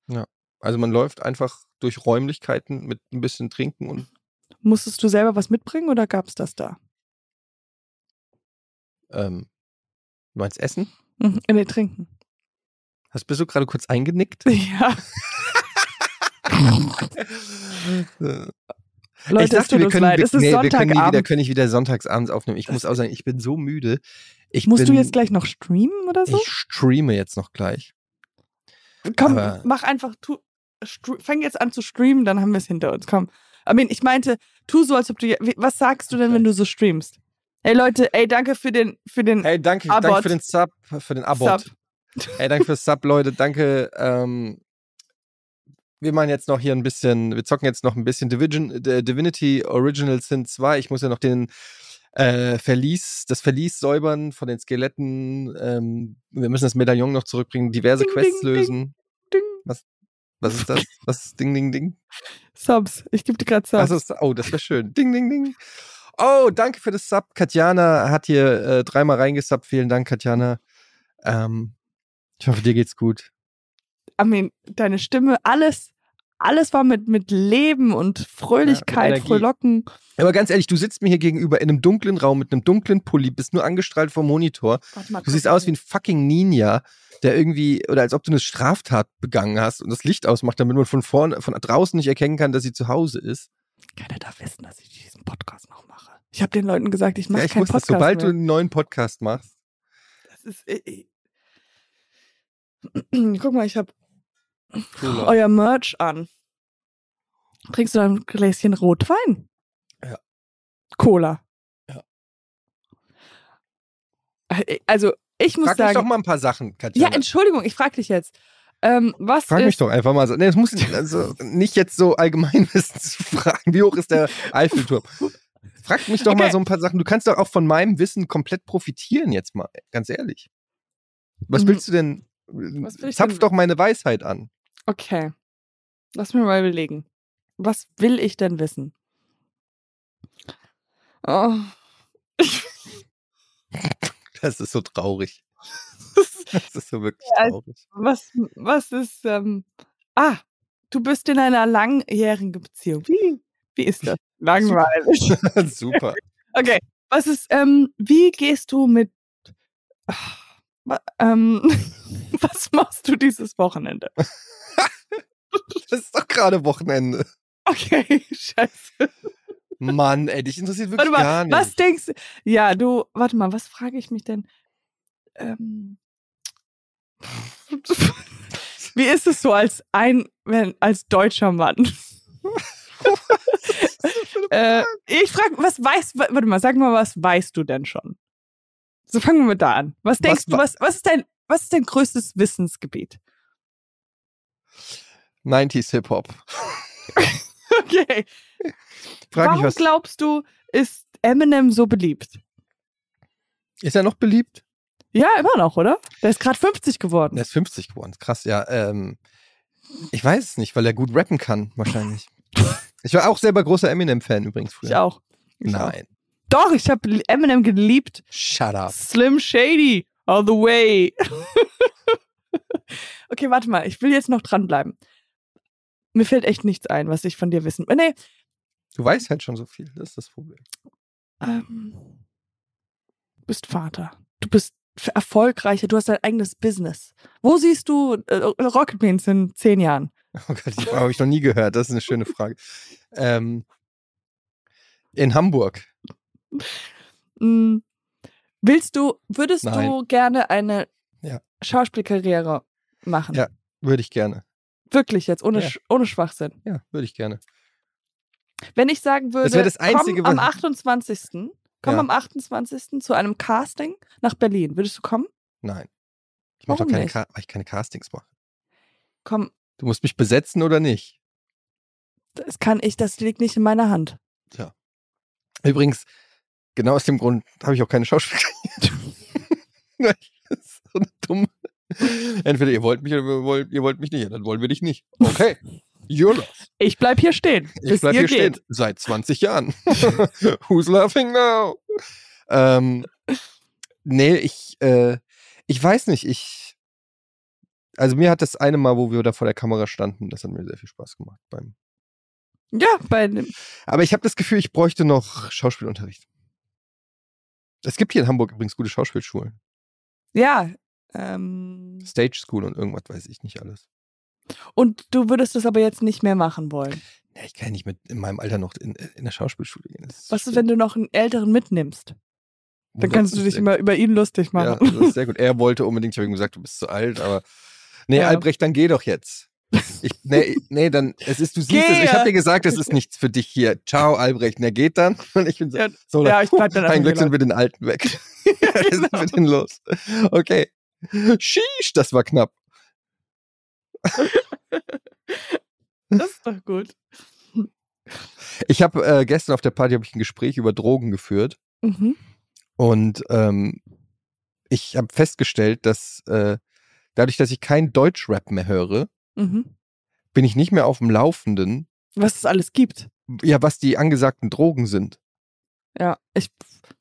[SPEAKER 2] Also man läuft einfach durch Räumlichkeiten mit ein bisschen Trinken und
[SPEAKER 1] Musstest du selber was mitbringen oder gab es das da?
[SPEAKER 2] Ähm, du meinst Essen?
[SPEAKER 1] Mhm, nee, trinken. <laughs>
[SPEAKER 2] Hast bist du gerade kurz eingenickt? <laughs>
[SPEAKER 1] Ja.
[SPEAKER 2] Äh,
[SPEAKER 1] Leute,
[SPEAKER 2] ich
[SPEAKER 1] es tut
[SPEAKER 2] dachte, wir
[SPEAKER 1] uns
[SPEAKER 2] können,
[SPEAKER 1] leid.
[SPEAKER 2] wir,
[SPEAKER 1] Es ist
[SPEAKER 2] nee, wir können nie wieder,
[SPEAKER 1] Sonntagabend.
[SPEAKER 2] können nicht wieder sonntagsabends aufnehmen. Ich
[SPEAKER 1] Das-
[SPEAKER 2] muss auch sagen, ich bin so müde. Ich
[SPEAKER 1] Musst
[SPEAKER 2] bin,
[SPEAKER 1] du jetzt gleich noch streamen oder so?
[SPEAKER 2] Ich streame jetzt noch gleich.
[SPEAKER 1] Komm,
[SPEAKER 2] aber-
[SPEAKER 1] mach einfach, tu, stru- fäng jetzt an zu streamen, dann haben wir es hinter uns. Komm. I mean, ich meinte, tu so, als ob du. je- wie- Was sagst du denn,
[SPEAKER 2] Okay.
[SPEAKER 1] wenn du so streamst? Ey Leute, ey, danke für den, für den
[SPEAKER 2] Hey, danke,
[SPEAKER 1] Abbott.
[SPEAKER 2] danke für den Sub, für den Abbott.
[SPEAKER 1] Sub.
[SPEAKER 2] Hey, danke fürs Sub, Leute. Danke. Ähm, wir machen jetzt noch hier ein bisschen, wir zocken jetzt noch ein bisschen Division, äh, Divinity Original Sin 2. Ich muss ja noch den äh, Verlies, das Verlies säubern von den Skeletten. Ähm, wir müssen das Medaillon noch zurückbringen, diverse
[SPEAKER 1] Ding,
[SPEAKER 2] Quests
[SPEAKER 1] ding, ding,
[SPEAKER 2] lösen.
[SPEAKER 1] ding.
[SPEAKER 2] Was, was ist das? Was ist Ding, Ding, Ding?
[SPEAKER 1] Subs. Ich gebe dir gerade Subs.
[SPEAKER 2] Was ist, oh, das wäre schön. Ding, Ding, Ding. Oh, danke für das Sub. Katjana hat hier äh, dreimal reingesubbt. Vielen Dank, Katjana. Ähm, ich hoffe, dir geht's gut.
[SPEAKER 1] I mean, deine Stimme, alles, alles war mit, mit Leben und Fröhlichkeit,
[SPEAKER 2] Energie.
[SPEAKER 1] Frohlocken.
[SPEAKER 2] Aber ganz ehrlich, du sitzt mir hier gegenüber in einem dunklen Raum mit einem dunklen Pulli, bist nur angestrahlt vom Monitor.
[SPEAKER 1] Warte mal,
[SPEAKER 2] Du siehst aus wie ein fucking Ninja, der irgendwie, oder als ob du eine Straftat begangen hast und das Licht ausmacht, damit man von vorne, von draußen nicht erkennen kann, dass sie zu Hause ist.
[SPEAKER 1] Keiner darf wissen, dass ich diesen Podcast noch mache. Ich habe den Leuten gesagt, ich mache
[SPEAKER 2] ja, ich
[SPEAKER 1] keinen
[SPEAKER 2] wusste,
[SPEAKER 1] Podcast
[SPEAKER 2] sobald du
[SPEAKER 1] mehr.
[SPEAKER 2] einen neuen Podcast machst.
[SPEAKER 1] Das ist, äh, äh. <clears throat> Guck mal, ich habe
[SPEAKER 2] Cool, Leute.
[SPEAKER 1] euer Merch an. Trinkst du dann ein Gläschen Rotwein?
[SPEAKER 2] Ja.
[SPEAKER 1] Cola.
[SPEAKER 2] Ja.
[SPEAKER 1] Äh, Also, ich muss
[SPEAKER 2] Frag mich doch
[SPEAKER 1] sagen.
[SPEAKER 2] mal ein paar Sachen, Katjana.
[SPEAKER 1] Ja, Entschuldigung, ich frage dich jetzt. Ähm, was
[SPEAKER 2] Frag
[SPEAKER 1] ist,
[SPEAKER 2] mich doch einfach mal so. Nee, das muss also nicht jetzt so allgemein <laughs> wissen zu fragen. Wie hoch ist der Eiffelturm? Frag mich doch mal
[SPEAKER 1] Okay.
[SPEAKER 2] so ein paar Sachen. Du kannst doch auch von meinem Wissen komplett profitieren, jetzt mal, ganz ehrlich. Was
[SPEAKER 1] Mhm.
[SPEAKER 2] willst du denn?
[SPEAKER 1] will ich
[SPEAKER 2] Zapf
[SPEAKER 1] denn-
[SPEAKER 2] doch meine Weisheit an.
[SPEAKER 1] Okay. Lass mir mal überlegen. Was will ich denn wissen? Oh,
[SPEAKER 2] Das ist so traurig. <laughs> Das ist so wirklich
[SPEAKER 1] Ja, also
[SPEAKER 2] traurig. <laughs>
[SPEAKER 1] was, was ist, ähm, ah, du bist in einer langjährigen Beziehung. Wie, wie ist das? <laughs> Langweilig.
[SPEAKER 2] Super.
[SPEAKER 1] Okay. Was ist, ähm, wie gehst du mit, Ah, wa- ähm, <laughs> was machst du dieses Wochenende?
[SPEAKER 2] Das ist doch gerade Wochenende.
[SPEAKER 1] Okay, <laughs> scheiße.
[SPEAKER 2] Mann, ey, dich interessiert
[SPEAKER 1] Warte
[SPEAKER 2] wirklich
[SPEAKER 1] mal,
[SPEAKER 2] gar nicht.
[SPEAKER 1] was denkst du? Ja, du, warte mal, was frage ich mich denn?
[SPEAKER 2] <laughs>
[SPEAKER 1] Ähm, wie ist es so als ein, wenn, als deutscher Mann? äh, ich frage, was weißt, wa- warte mal, sag mal, was weißt du denn schon? So fangen wir mit da an. Was denkst
[SPEAKER 2] wa-
[SPEAKER 1] du, was, was ist dein, was ist dein größtes Wissensgebiet?
[SPEAKER 2] 90s Hip-Hop.
[SPEAKER 1] Okay.
[SPEAKER 2] Frag
[SPEAKER 1] Warum
[SPEAKER 2] mich was.
[SPEAKER 1] glaubst du, ist Eminem so beliebt?
[SPEAKER 2] Ist er noch beliebt?
[SPEAKER 1] Ja, immer noch, oder? Der ist gerade 50 geworden.
[SPEAKER 2] Er ist 50 geworden. Krass, ja. Ähm, ich weiß es nicht, weil er gut rappen kann, wahrscheinlich. ich war auch selber großer Eminem-Fan übrigens früher.
[SPEAKER 1] Ich auch. Ich auch.
[SPEAKER 2] Nein.
[SPEAKER 1] Doch, ich habe Eminem geliebt.
[SPEAKER 2] Shut up.
[SPEAKER 1] Slim Shady, all the way. <laughs> okay, warte mal, ich will jetzt noch dranbleiben. Mir fällt echt nichts ein, was ich von dir wissen. äh, Nee,
[SPEAKER 2] Du weißt halt schon so viel, das ist das Problem. <laughs>
[SPEAKER 1] ähm, du bist Vater. Du bist f- erfolgreicher, du hast dein eigenes Business. Wo siehst du äh, Rocket Beans in zehn Jahren?
[SPEAKER 2] Oh Gott, die Frage habe ich noch nie gehört. Das ist eine schöne Frage. Ähm, in Hamburg.
[SPEAKER 1] Mm, Willst du, würdest du
[SPEAKER 2] Nein.
[SPEAKER 1] gerne eine
[SPEAKER 2] Ja.
[SPEAKER 1] Schauspielkarriere machen?
[SPEAKER 2] Ja. Würde ich gerne.
[SPEAKER 1] Wirklich jetzt, ohne,
[SPEAKER 2] Ja.
[SPEAKER 1] Sch- ohne Schwachsinn.
[SPEAKER 2] Ja, würde ich gerne.
[SPEAKER 1] Wenn ich sagen würde,
[SPEAKER 2] wäre das Einzige,
[SPEAKER 1] komm am
[SPEAKER 2] was-
[SPEAKER 1] 28. Komm
[SPEAKER 2] Ja.
[SPEAKER 1] am 28. zu einem Casting nach Berlin. Würdest du kommen?
[SPEAKER 2] Nein. Ich mache doch
[SPEAKER 1] Warum
[SPEAKER 2] keine,
[SPEAKER 1] nicht?
[SPEAKER 2] Ca- weil ich keine Castings mache.
[SPEAKER 1] Komm,
[SPEAKER 2] Du musst mich besetzen oder nicht.
[SPEAKER 1] das kann ich, das liegt nicht in meiner Hand.
[SPEAKER 2] Übrigens, genau aus dem Grund habe ich auch keine Schauspielkarriere. Weil das ist so eine dumme. Entweder ihr wollt mich oder ihr wollt, ihr wollt mich nicht. Ja, Dann wollen wir dich nicht. Okay. YOLO.
[SPEAKER 1] Ich bleib hier stehen.
[SPEAKER 2] Ich bleib hier stehen. Seit 20 Jahren. <laughs> Who's laughing now? Ähm, nee, ich, äh, ich weiß nicht. Ich, also mir hat das eine Mal, wo wir da vor der Kamera standen, das hat mir sehr viel Spaß gemacht. Beim,
[SPEAKER 1] Ja, bei einem
[SPEAKER 2] aber ich habe das Gefühl, ich bräuchte noch Schauspielunterricht. Es gibt hier in Hamburg übrigens gute Schauspielschulen.
[SPEAKER 1] Ja. Ähm,
[SPEAKER 2] Stage School und irgendwas weiß ich nicht alles.
[SPEAKER 1] und du würdest das aber jetzt nicht mehr machen wollen.
[SPEAKER 2] Ja, ich kann ja nicht mit in meinem Alter noch in, äh, in der Schauspielschule gehen. Das
[SPEAKER 1] Was ist, wenn du noch einen älteren mitnimmst? Dann kannst du dich immer über ihn lustig
[SPEAKER 2] Ja,
[SPEAKER 1] machen.
[SPEAKER 2] das ist sehr gut. Er wollte unbedingt, ich habe ihm gesagt, du bist zu alt, aber nee,
[SPEAKER 1] Ja.
[SPEAKER 2] Albrecht, dann geh doch jetzt. Ich, nee, nee, dann, es ist, du siehst es. Ich
[SPEAKER 1] Gehe.
[SPEAKER 2] habe dir gesagt, es ist nichts für dich hier. Ciao, Albrecht. Na, geht dann. Und ich bin so,
[SPEAKER 1] Ja,
[SPEAKER 2] so
[SPEAKER 1] ja, ich bleib dann einfach
[SPEAKER 2] Ein Glück
[SPEAKER 1] hier
[SPEAKER 2] sind wir den Alten weg. <laughs> Was ist mit denn los? Okay. Sheesh, das war knapp.
[SPEAKER 1] Das ist doch gut.
[SPEAKER 2] Ich habe äh, gestern auf der Party habe ich ein Gespräch über Drogen geführt
[SPEAKER 1] Mhm.
[SPEAKER 2] und ähm, ich habe festgestellt, dass äh, dadurch, dass ich kein Deutschrap mehr höre,
[SPEAKER 1] Mhm.
[SPEAKER 2] bin ich nicht mehr auf dem Laufenden,
[SPEAKER 1] Was es alles gibt.
[SPEAKER 2] ja, was die angesagten Drogen sind.
[SPEAKER 1] Ja, ich,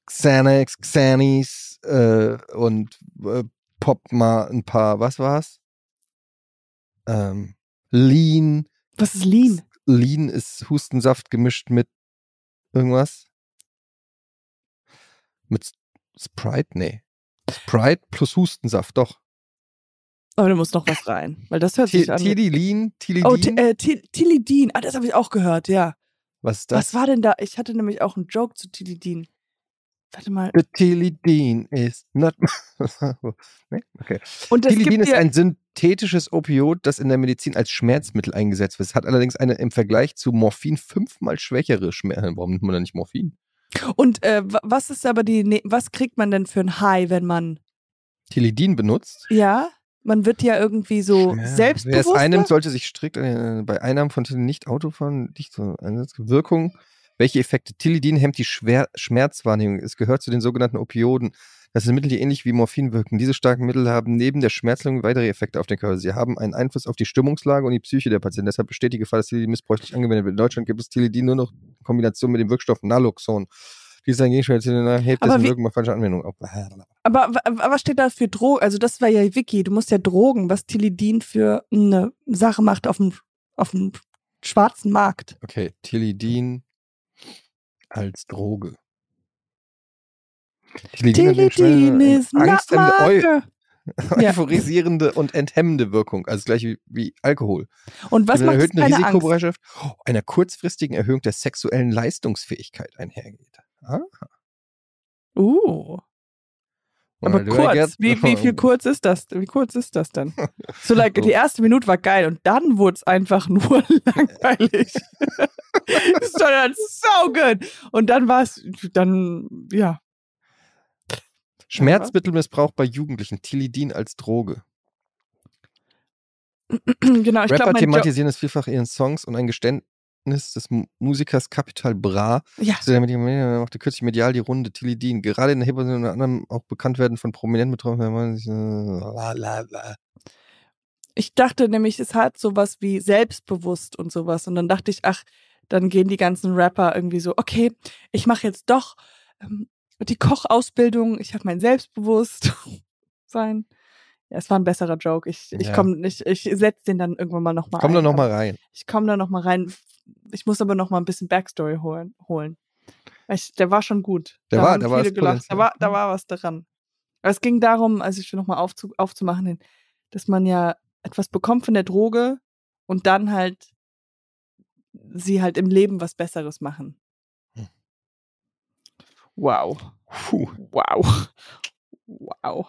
[SPEAKER 2] Xanax, Xannies äh, und äh, Pop mal ein paar, was war's? Ähm, Lean.
[SPEAKER 1] was ist Lean?
[SPEAKER 2] Lean ist Hustensaft gemischt mit irgendwas? Mit S- Sprite? Nee. Sprite plus Hustensaft, doch.
[SPEAKER 1] Aber da muss noch was rein, weil das hört
[SPEAKER 2] Ti-
[SPEAKER 1] sich an.
[SPEAKER 2] Tilly Lean, Tilly
[SPEAKER 1] oh, Ti-
[SPEAKER 2] Lean.
[SPEAKER 1] äh, Ti- Tilly Dean. Ah, das habe ich auch gehört, ja.
[SPEAKER 2] Was ist das?
[SPEAKER 1] Was war denn da? Ich hatte nämlich auch einen Joke zu Tilly Dean. Warte mal.
[SPEAKER 2] The Tilly Dean is not. <laughs> nee? Okay.
[SPEAKER 1] Und es
[SPEAKER 2] Tilidin
[SPEAKER 1] gibt
[SPEAKER 2] ist
[SPEAKER 1] ja,
[SPEAKER 2] ein synthetisches Opioid, das in der Medizin als Schmerzmittel eingesetzt wird. Es hat allerdings eine im Vergleich zu Morphin fünfmal schwächere Schmerzen. Warum nimmt man da nicht Morphin?
[SPEAKER 1] und äh, wa- was ist aber die, ne- was kriegt man denn für ein High, wenn man,
[SPEAKER 2] Tilidin benutzt.
[SPEAKER 1] ja, man wird ja irgendwie so
[SPEAKER 2] Schmerz. Wer es
[SPEAKER 1] selbstbewusster.
[SPEAKER 2] einnimmt, sollte sich strikt äh, bei Einnahmen von Tilidin nicht Autofahren, nicht so Einsatz. Wirkung. Welche Effekte? Tilidin hemmt die Schwer Schmerzwahrnehmung. Es gehört zu den sogenannten Opioiden. Das sind Mittel, die ähnlich wie Morphin wirken. Diese starken Mittel haben neben der Schmerzlinderung weitere Effekte auf den Körper. Sie haben einen Einfluss auf die Stimmungslage und die Psyche der Patienten. Deshalb besteht die Gefahr, dass Tilidin missbräuchlich angewendet wird. In Deutschland gibt es Tilidin nur noch in Kombination mit dem Wirkstoff Naloxon. Dieser Gegenstand hebt
[SPEAKER 1] Aber
[SPEAKER 2] dessen
[SPEAKER 1] wie-
[SPEAKER 2] Wirkung bei falscher Anwendung auf.
[SPEAKER 1] Aber, wa- wa- was steht da für Drogen? Also das war ja Wiki. Du musst ja Drogen, was Tilidin für eine Sache macht auf dem, auf dem schwarzen Markt.
[SPEAKER 2] Okay, Tilidin als Droge.
[SPEAKER 1] Tilidin ist
[SPEAKER 2] Angst, <laughs> Eu
[SPEAKER 1] Marke. Ja.
[SPEAKER 2] euphorisierende und enthemmende Wirkung, also gleich wie, wie Alkohol.
[SPEAKER 1] Und was
[SPEAKER 2] Mit einer
[SPEAKER 1] macht es
[SPEAKER 2] erhöhten
[SPEAKER 1] keine Angst?
[SPEAKER 2] Risikobereitschaft, einer kurzfristigen Erhöhung der sexuellen Leistungsfähigkeit einhergeht. Ah,
[SPEAKER 1] Uh, aber
[SPEAKER 2] well, do I
[SPEAKER 1] kurz.
[SPEAKER 2] get- <laughs>
[SPEAKER 1] Wie, wie viel kurz ist das? Wie kurz ist das denn? So, like,
[SPEAKER 2] So.
[SPEAKER 1] die erste Minute war geil und dann wurde es einfach <laughs> nur langweilig. <laughs> das ist doch dann so gut. Und dann war es, dann, ja. <clears throat>
[SPEAKER 2] Schmerzmittelmissbrauch bei Jugendlichen, Tilidin als Droge.
[SPEAKER 1] genau, ich glaube,
[SPEAKER 2] Rapper
[SPEAKER 1] mein Jo-
[SPEAKER 2] thematisieren es vielfach in ihren Songs und ein Geständnis des Mu- Musikers Capital Bra
[SPEAKER 1] Ja,
[SPEAKER 2] Also damit machte kürzlich medial die Runde Tilly Dean. Gerade in der Hip-Hop sind unter anderem auch bekannt werden von prominenten Betroffenen. Man sich, äh, la, la, la.
[SPEAKER 1] ich dachte nämlich, es hat sowas wie selbstbewusst und sowas. Und dann dachte ich, ach, dann gehen die ganzen Rapper irgendwie so, okay, ich mache jetzt doch ähm, die Kochausbildung, ich habe mein <laughs> Selbstbewusstsein. Ja, es war ein besserer Joke. Ich, ich
[SPEAKER 2] Ja.
[SPEAKER 1] komme nicht, ich setze den dann irgendwann mal nochmal
[SPEAKER 2] Komm doch noch mal rein.
[SPEAKER 1] Ich komme da nochmal rein. Ich muss aber nochmal ein bisschen Backstory holen. holen. Ich, der war schon gut.
[SPEAKER 2] Der
[SPEAKER 1] da
[SPEAKER 2] war-
[SPEAKER 1] haben
[SPEAKER 2] da war
[SPEAKER 1] viele
[SPEAKER 2] das
[SPEAKER 1] gelacht. Da
[SPEAKER 2] Potenzial. Mhm.
[SPEAKER 1] war, da war was daran. Aber es ging darum, also ich will nochmal aufzu aufzumachen, den- dass man ja etwas bekommt von der Droge und dann halt sie halt im Leben was Besseres machen. Wow.
[SPEAKER 2] Hm. Puh.
[SPEAKER 1] Wow. Wow.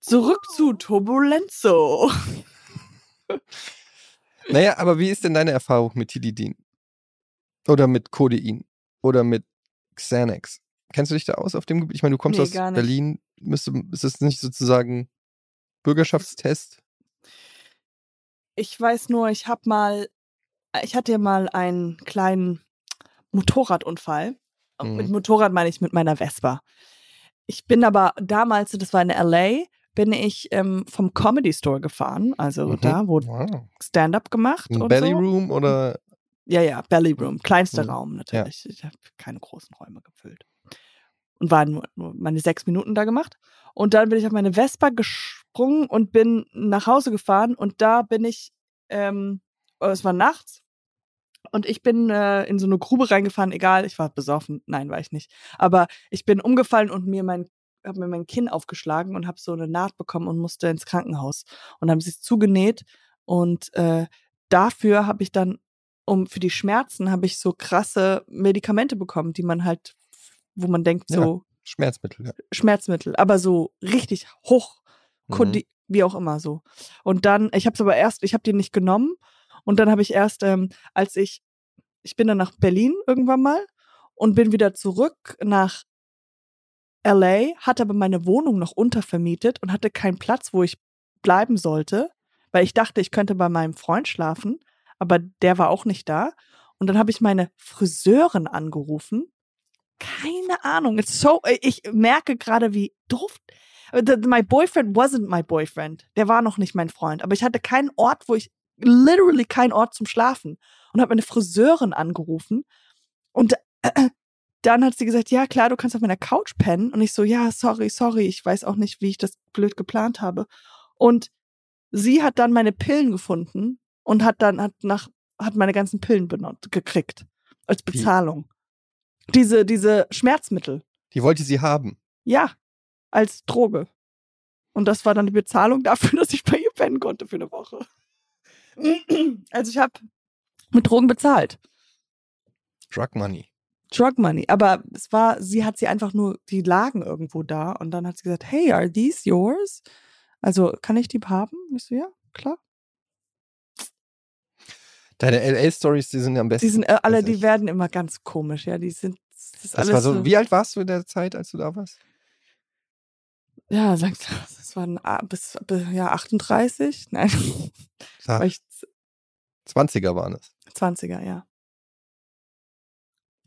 [SPEAKER 1] Zurück zu Turbulenzo.
[SPEAKER 2] Naja, aber wie ist denn deine Erfahrung mit Tilidin? Oder mit Codein? Oder mit Xanax? Kennst du dich da aus auf dem Gebiet? Ich meine, du kommst
[SPEAKER 1] Nee,
[SPEAKER 2] aus
[SPEAKER 1] gar nicht.
[SPEAKER 2] Berlin. Müsste, ist das nicht sozusagen Bürgerschaftstest?
[SPEAKER 1] Ich weiß nur, ich habe mal, äh, ich hatte ja mal einen kleinen Motorradunfall. Äh,
[SPEAKER 2] Mhm.
[SPEAKER 1] Mit Motorrad meine ich mit meiner Vespa. Ich bin aber damals, das war in LA, bin ich ähm, vom Comedy Store gefahren, also
[SPEAKER 2] Mhm.
[SPEAKER 1] da, wo
[SPEAKER 2] Wow.
[SPEAKER 1] Stand-up gemacht
[SPEAKER 2] Ein
[SPEAKER 1] und
[SPEAKER 2] Belly
[SPEAKER 1] so. Hm.
[SPEAKER 2] Room oder
[SPEAKER 1] Ja, ja, Belly Room, kleinster
[SPEAKER 2] Mhm.
[SPEAKER 1] Raum natürlich. Ich habe keine großen Räume gefüllt. Und war nur, nur meine sechs Minuten da gemacht. Und dann bin ich auf meine Vespa gesprungen und bin nach Hause gefahren. Und da bin ich, ähm, äh, es war nachts, und ich bin äh, in so eine Grube reingefahren, egal, ich war besoffen, nein, war ich nicht. Aber ich bin umgefallen und mir mein, habe mir mein Kinn aufgeschlagen und habe so eine Naht bekommen und musste ins Krankenhaus. Und haben sie es zugenäht. Und äh, dafür habe ich dann um für die Schmerzen habe ich so krasse Medikamente bekommen, die man halt, wo man denkt, so
[SPEAKER 2] Schmerzmittel? Ja.
[SPEAKER 1] Schmerzmittel, aber so richtig hoch,
[SPEAKER 2] Mhm.
[SPEAKER 1] kondi- wie auch immer so. Und dann, ich habe es aber erst, ich habe die nicht genommen und dann habe ich erst, ähm, als ich, ich bin dann nach Berlin irgendwann mal und bin wieder zurück nach LA, hatte aber meine Wohnung noch untervermietet und hatte keinen Platz, wo ich bleiben sollte, weil ich dachte, ich könnte bei meinem Freund schlafen, aber der war auch nicht da. Und dann habe ich meine Friseurin angerufen. Keine Ahnung. It's so, ich merke gerade, wie doof. that Äh, My boyfriend wasn't my boyfriend. Der war noch nicht mein Freund. Aber ich hatte keinen Ort, wo ich literally keinen Ort zum Schlafen und habe meine Friseurin angerufen. Und äh, dann hat sie gesagt, ja klar, du kannst auf meiner Couch pennen. Und ich so, ja, sorry, sorry, ich weiß auch nicht, wie ich das blöd geplant habe. Und sie hat dann meine Pillen gefunden und hat dann hat nach hat meine ganzen Pillen benutzt, gekriegt als
[SPEAKER 2] Wie?
[SPEAKER 1] Bezahlung. Diese diese Schmerzmittel,
[SPEAKER 2] Die wollte sie haben.
[SPEAKER 1] ja, als Droge. Und das war dann die Bezahlung <laughs> dafür, dass ich bei ihr pennen konnte für eine Woche. Also ich habe mit Drogen bezahlt.
[SPEAKER 2] Drug Money.
[SPEAKER 1] Drug Money. Aber es war, sie hat sie einfach nur, die lagen irgendwo da und dann hat sie gesagt, hey, are these yours? Also kann ich die haben? Ich so, ja, klar.
[SPEAKER 2] Deine LA-Stories, die sind am besten.
[SPEAKER 1] Die sind äh, alle,
[SPEAKER 2] weiß
[SPEAKER 1] die
[SPEAKER 2] ich.
[SPEAKER 1] werden immer ganz komisch, ja. Die sind das ist
[SPEAKER 2] das
[SPEAKER 1] alles
[SPEAKER 2] war so,
[SPEAKER 1] so,
[SPEAKER 2] wie alt warst du in der Zeit, als du da warst?
[SPEAKER 1] ja, sagst du, das waren ah, bis, bis ja 38, nein, <laughs>
[SPEAKER 2] Sag,
[SPEAKER 1] war ich
[SPEAKER 2] 20er waren es.
[SPEAKER 1] 20er, ja.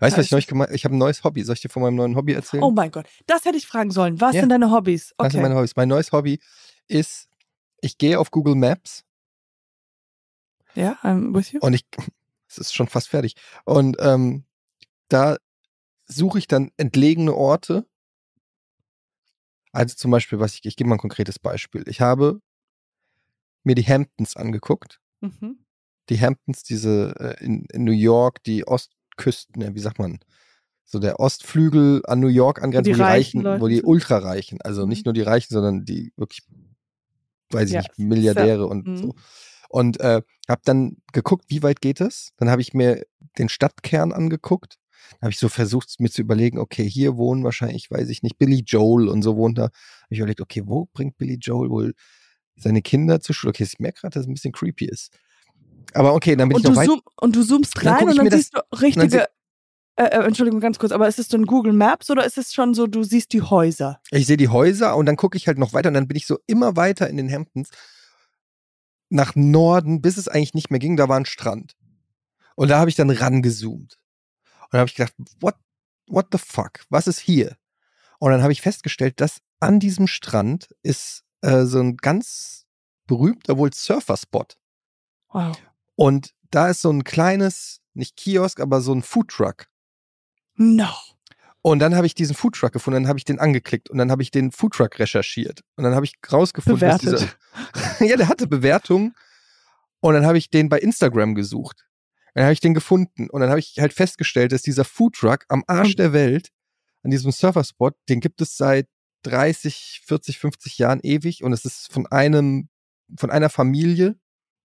[SPEAKER 2] Weißt du, was
[SPEAKER 1] Weiß
[SPEAKER 2] ich neulich gemacht Ich habe ein neues Hobby. Soll ich dir von meinem neuen Hobby erzählen?
[SPEAKER 1] Oh mein Gott. Das hätte ich fragen sollen. Was
[SPEAKER 2] Ja.
[SPEAKER 1] sind deine Hobbys?
[SPEAKER 2] Das sind
[SPEAKER 1] Okay.
[SPEAKER 2] meine Hobbys. Mein neues Hobby ist, ich gehe auf Google Maps
[SPEAKER 1] Ja, I'm with you.
[SPEAKER 2] Und ich, <laughs> es ist schon fast fertig. Und ähm, da suche ich dann entlegene Orte. Also zum Beispiel, was ich, ich gebe mal ein konkretes Beispiel. Ich habe mir die Hamptons angeguckt.
[SPEAKER 1] Mhm.
[SPEAKER 2] Die Hamptons, diese äh, in, in New York, die Ostküsten, äh, wie sagt man, so der Ostflügel an New York angrenzt,
[SPEAKER 1] die
[SPEAKER 2] wo die
[SPEAKER 1] reichen
[SPEAKER 2] Reichen,
[SPEAKER 1] Leute
[SPEAKER 2] wo die
[SPEAKER 1] sind.
[SPEAKER 2] Ultrareichen, also
[SPEAKER 1] Mhm.
[SPEAKER 2] nicht nur die Reichen, sondern die wirklich, weiß ich
[SPEAKER 1] Ja,
[SPEAKER 2] nicht, Milliardäre und
[SPEAKER 1] Mhm.
[SPEAKER 2] so. Und äh, habe dann geguckt, wie weit geht es. Dann habe ich mir den Stadtkern angeguckt. Dann habe ich so versucht, mir zu überlegen, okay, hier wohnen wahrscheinlich, weiß ich nicht, Billy Joel und so wohnt da. Habe ich überlegt, okay, wo bringt Billy Joel wohl seine Kinder zur Schule? Okay, ich merke gerade, dass es ein bisschen creepy ist. Aber okay, dann bin
[SPEAKER 1] Und
[SPEAKER 2] ich
[SPEAKER 1] du,
[SPEAKER 2] noch weit.
[SPEAKER 1] zoom, und du zoomst
[SPEAKER 2] Und dann
[SPEAKER 1] rein
[SPEAKER 2] guck
[SPEAKER 1] und
[SPEAKER 2] ich
[SPEAKER 1] dann
[SPEAKER 2] mir das-
[SPEAKER 1] siehst du richtige.
[SPEAKER 2] sie-
[SPEAKER 1] Äh, äh, Entschuldigung, ganz kurz, aber ist es so ein Google Maps oder ist es schon so, du siehst die Häuser?
[SPEAKER 2] Ich sehe die Häuser und dann gucke ich halt noch weiter und dann bin ich so immer weiter in den Hamptons nach Norden, bis es eigentlich nicht mehr ging. Da war ein Strand. Und da habe ich dann rangezoomt. Und da habe ich gedacht, what, what the fuck? Was ist hier? Und dann habe ich festgestellt, dass an diesem Strand ist äh, so ein ganz berühmter wohl Surferspot.
[SPEAKER 1] Wow.
[SPEAKER 2] Und da ist so ein kleines, nicht Kiosk, aber so ein Foodtruck.
[SPEAKER 1] No.
[SPEAKER 2] Und dann habe ich diesen Foodtruck gefunden, dann habe ich den angeklickt und dann habe ich den Foodtruck recherchiert. Und dann habe ich rausgefunden,
[SPEAKER 1] Bewertet.
[SPEAKER 2] dass dieser. <laughs> ja, der hatte Bewertungen. Und dann habe ich den bei Instagram gesucht. Dann habe ich den gefunden. Und dann habe ich halt festgestellt, dass dieser Foodtruck am Arsch der Welt, an diesem Surferspot, den gibt es seit 30, 40, 50 Jahren ewig. Und es ist von einem, von einer Familie,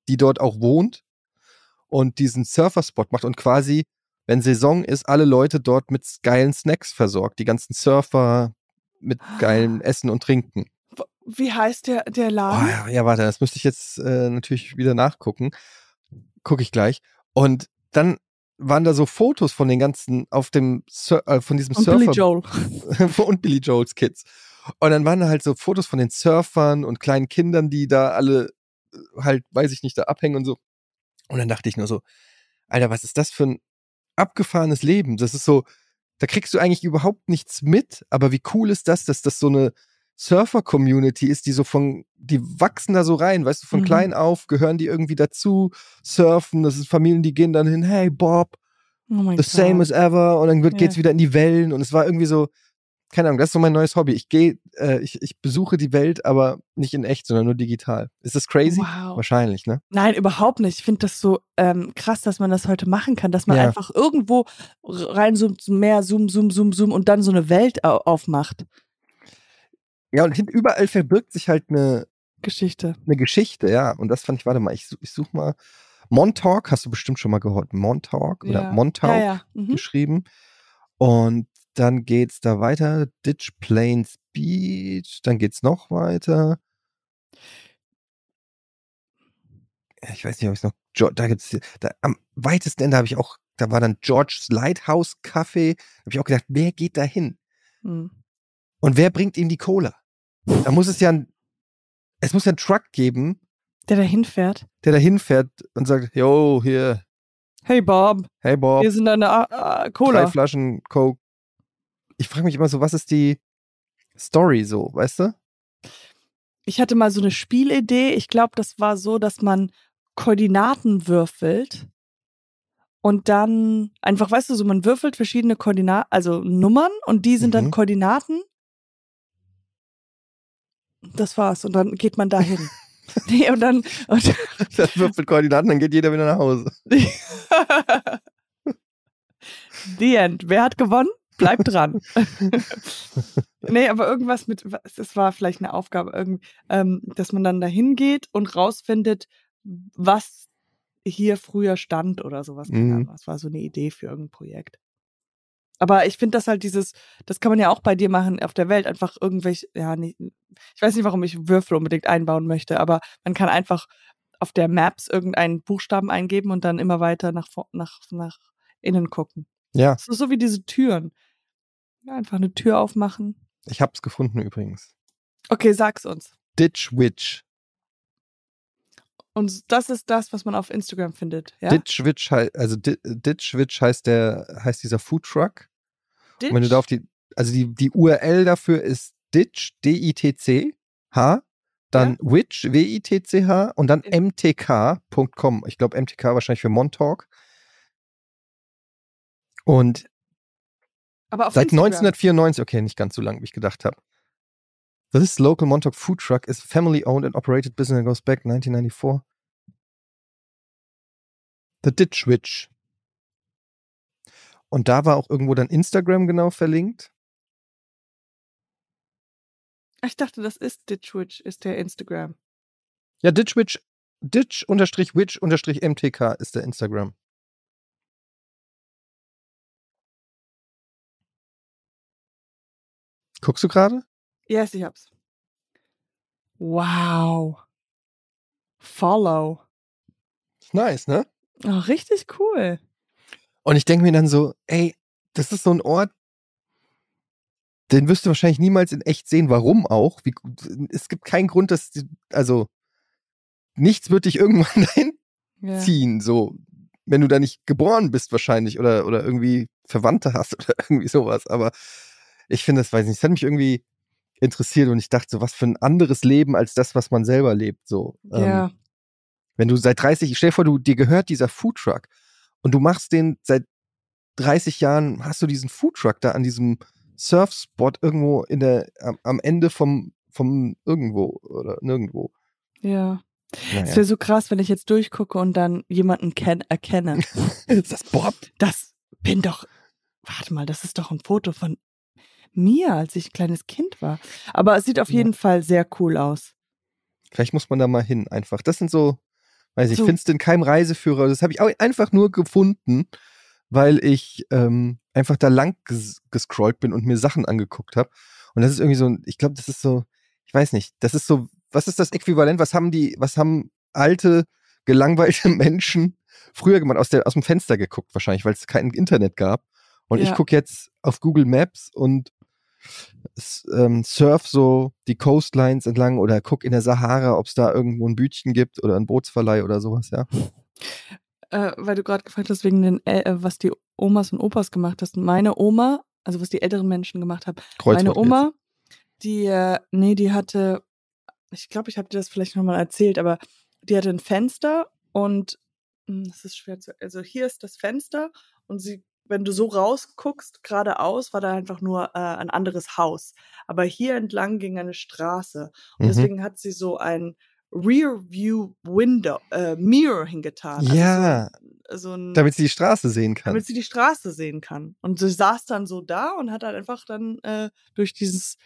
[SPEAKER 2] die dort auch wohnt und diesen Surferspot macht und quasi wenn Saison ist, alle Leute dort mit geilen Snacks versorgt. Die ganzen Surfer mit geilem Essen und Trinken.
[SPEAKER 1] Wie heißt der, der
[SPEAKER 2] Oh,
[SPEAKER 1] Laden?
[SPEAKER 2] ja, ja, warte, das müsste ich jetzt äh, natürlich wieder nachgucken. Gucke ich gleich. Und dann waren da so Fotos von den ganzen, auf dem, Sur äh, von diesem
[SPEAKER 1] und
[SPEAKER 2] Surfer.
[SPEAKER 1] Billy Joel.
[SPEAKER 2] <laughs> und Billy Joels Kids. Und dann waren da halt so Fotos von den Surfern und kleinen Kindern, die da alle äh, halt, weiß ich nicht, da abhängen und so. Und dann dachte ich nur so, Alter, was ist das für ein abgefahrenes Leben? Das ist so, Da kriegst du eigentlich überhaupt nichts mit, aber wie cool ist das, dass das so eine Surfer-Community ist, die so von, die wachsen da so rein, weißt du, von
[SPEAKER 1] Mhm.
[SPEAKER 2] klein auf gehören die irgendwie dazu, surfen, das sind Familien, die gehen dann hin, hey Bob,
[SPEAKER 1] Oh mein
[SPEAKER 2] the same as ever und dann wird,
[SPEAKER 1] Ja.
[SPEAKER 2] geht's wieder in die Wellen und es war irgendwie so, keine Ahnung, das ist so mein neues Hobby. Ich gehe, äh, ich, ich besuche die Welt, aber nicht in echt, sondern nur digital. Ist das crazy?
[SPEAKER 1] Wow.
[SPEAKER 2] Wahrscheinlich, ne?
[SPEAKER 1] Nein, überhaupt nicht. Ich finde das so ähm, krass, dass man das heute machen kann, dass man
[SPEAKER 2] Ja.
[SPEAKER 1] einfach irgendwo reinzoomt, mehr zoom, zoom, zoom, zoom und dann so eine Welt au aufmacht.
[SPEAKER 2] Ja, und hint- überall verbirgt sich halt eine,
[SPEAKER 1] Geschichte.
[SPEAKER 2] eine Geschichte, ja. Und das fand ich, warte mal, ich, su- ich suche mal. Montauk, hast du bestimmt schon mal gehört. Montauk oder
[SPEAKER 1] Ja.
[SPEAKER 2] Montauk
[SPEAKER 1] Ja, ja. Mhm.
[SPEAKER 2] geschrieben. Und dann geht's da weiter. Ditch Plains Beach. Dann geht's noch weiter. Äh, Ich weiß nicht, ob ich noch. Jo- Da gibt's da, am weitesten Ende habe ich auch, da war dann George's Lighthouse Café. Habe ich auch gedacht, wer geht da hin?
[SPEAKER 1] Mhm.
[SPEAKER 2] Und wer bringt ihm die Cola? Da muss es ja ein, es muss ja einen Truck geben,
[SPEAKER 1] Der da hinfährt.
[SPEAKER 2] der da hinfährt und sagt, yo, hier,
[SPEAKER 1] Hey Bob,
[SPEAKER 2] hey Bob,
[SPEAKER 1] hier sind deine äh, äh, Cola.
[SPEAKER 2] drei Flaschen Coke. Ich frage mich immer so, was ist die Story so,
[SPEAKER 1] <laughs>
[SPEAKER 2] weißt du?
[SPEAKER 1] Ich hatte mal so eine Spielidee. Ich glaube, das war so, dass man Koordinaten würfelt und dann einfach, weißt du, so man würfelt verschiedene Koordinaten, also Nummern und die sind
[SPEAKER 2] Mhm.
[SPEAKER 1] dann Koordinaten. Das war's und dann geht man dahin. <laughs> nee, und dann und
[SPEAKER 2] Dann würfelt Koordinaten, dann geht jeder wieder
[SPEAKER 1] <laughs>
[SPEAKER 2] nach Hause.
[SPEAKER 1] The End. Wer hat gewonnen? Bleibt dran. nee, Ne, aber irgendwas mit, es war vielleicht eine Aufgabe, irgendwie, ähm, dass man dann dahin geht und rausfindet, was hier früher stand oder sowas. Keine
[SPEAKER 2] Mhm.
[SPEAKER 1] Ahnung. Das war so eine Idee für irgendein Projekt. Aber ich finde das halt dieses, das kann man ja auch bei dir machen auf der Welt, einfach irgendwelche, ja, nicht, ich weiß nicht, warum ich Würfel unbedingt einbauen möchte, aber man kann einfach auf der Maps irgendeinen Buchstaben eingeben und dann immer weiter nach, vor- nach, nach innen gucken.
[SPEAKER 2] Ja,
[SPEAKER 1] So, so wie diese Türen. Ja, einfach eine Tür aufmachen.
[SPEAKER 2] ich hab's gefunden übrigens.
[SPEAKER 1] Okay, sag's uns.
[SPEAKER 2] Ditch Witch.
[SPEAKER 1] Und das ist das, was man auf Instagram findet. Ja?
[SPEAKER 2] Ditch Witch, hei- also Di- Ditch Witch heißt der, heißt dieser Food Truck. Und wenn du da auf die, also die, die URL dafür ist ditch, D-I-T-C-H, dann witch, W-I-T-C-H und dann
[SPEAKER 1] Ja.
[SPEAKER 2] mtk.com. Ich glaube, mtk wahrscheinlich für Montauk. Und
[SPEAKER 1] Aber auf
[SPEAKER 2] seit
[SPEAKER 1] Instagram.
[SPEAKER 2] 1994, okay, nicht ganz so lang, wie ich gedacht habe. This local Montauk food truck is family owned and operated business that goes back 1994. The Ditch Witch. Und da war auch irgendwo dann Instagram genau verlinkt.
[SPEAKER 1] Ich dachte, das ist Ditchwitch, ist der Instagram.
[SPEAKER 2] Ja, Ditchwitch, Ditch-Witch-MTK ist der Instagram. Guckst du gerade?
[SPEAKER 1] Yes, ich hab's. Wow. Follow.
[SPEAKER 2] Nice, ne?
[SPEAKER 1] Oh, richtig cool.
[SPEAKER 2] Und ich denke mir dann so, ey, das ist so ein Ort, den wirst du wahrscheinlich niemals in echt sehen. Warum auch? Wie, es gibt keinen Grund, dass, die, also, nichts wird dich irgendwann <laughs> dahin
[SPEAKER 1] Ja.
[SPEAKER 2] ziehen, so wenn du da nicht geboren bist wahrscheinlich oder, oder irgendwie Verwandte hast <laughs> oder irgendwie sowas. Aber ich finde das, weiß nicht, es hat mich irgendwie interessiert und ich dachte so, was für ein anderes Leben als das, was man selber lebt. So, Ähm,
[SPEAKER 1] Ja.
[SPEAKER 2] wenn du seit 30, stell dir vor, du, dir gehört dieser Foodtruck und du machst den seit 30 Jahren, hast du diesen Foodtruck da an diesem Surfspot irgendwo in der, am, am Ende vom, vom irgendwo oder nirgendwo.
[SPEAKER 1] ja. Es
[SPEAKER 2] Naja.
[SPEAKER 1] wäre so krass, wenn ich jetzt durchgucke und dann jemanden ken erkenne.
[SPEAKER 2] <laughs> Ist das Bob?
[SPEAKER 1] Das bin doch. Warte mal, das ist doch ein Foto von mir, als ich kleines Kind war. Aber es sieht auf
[SPEAKER 2] Ja.
[SPEAKER 1] jeden Fall sehr cool aus.
[SPEAKER 2] Vielleicht muss man da mal hin, einfach. Das sind so, weiß ich,
[SPEAKER 1] So.
[SPEAKER 2] findest du in keinem Reiseführer. Das habe ich auch einfach nur gefunden, weil ich ähm, einfach da lang ges gescrollt bin und mir Sachen angeguckt habe. Und das ist irgendwie so, ein- ich glaube, das ist so, ich weiß nicht, das ist so, was ist das Äquivalent? Was haben die, was haben alte, gelangweilte <laughs> Menschen früher gemacht? Aus, der, aus dem Fenster geguckt wahrscheinlich, weil es kein Internet gab. Und ich
[SPEAKER 1] Ja.
[SPEAKER 2] gucke jetzt auf Google Maps und s- ähm, surf so die Coastlines entlang oder guck in der Sahara, ob es da irgendwo ein Bütchen gibt oder einen Bootsverleih oder sowas, ja.
[SPEAKER 1] Äh, weil du gerade gefragt hast, wegen den, El- äh, was die Omas und Opas gemacht hast. Meine Oma also was die älteren Menschen gemacht haben. Meine
[SPEAKER 2] Kreuzworträtsel.
[SPEAKER 1] Oma, die, äh, nee, die hatte, ich glaube, ich habe dir das vielleicht nochmal erzählt, aber die hatte ein Fenster und hm, das ist schwer zu, also hier ist das Fenster und sie, wenn du so rausguckst, geradeaus, war da einfach nur äh, ein anderes Haus. Aber hier entlang ging eine Straße. Und
[SPEAKER 2] Mhm.
[SPEAKER 1] deswegen hat sie so ein Rear View Window, äh, Mirror hingetan. Also
[SPEAKER 2] Ja.
[SPEAKER 1] So, so ein,
[SPEAKER 2] Damit sie die Straße sehen kann.
[SPEAKER 1] damit sie die Straße sehen kann. Und sie saß dann so da und hat halt einfach dann äh, durch dieses,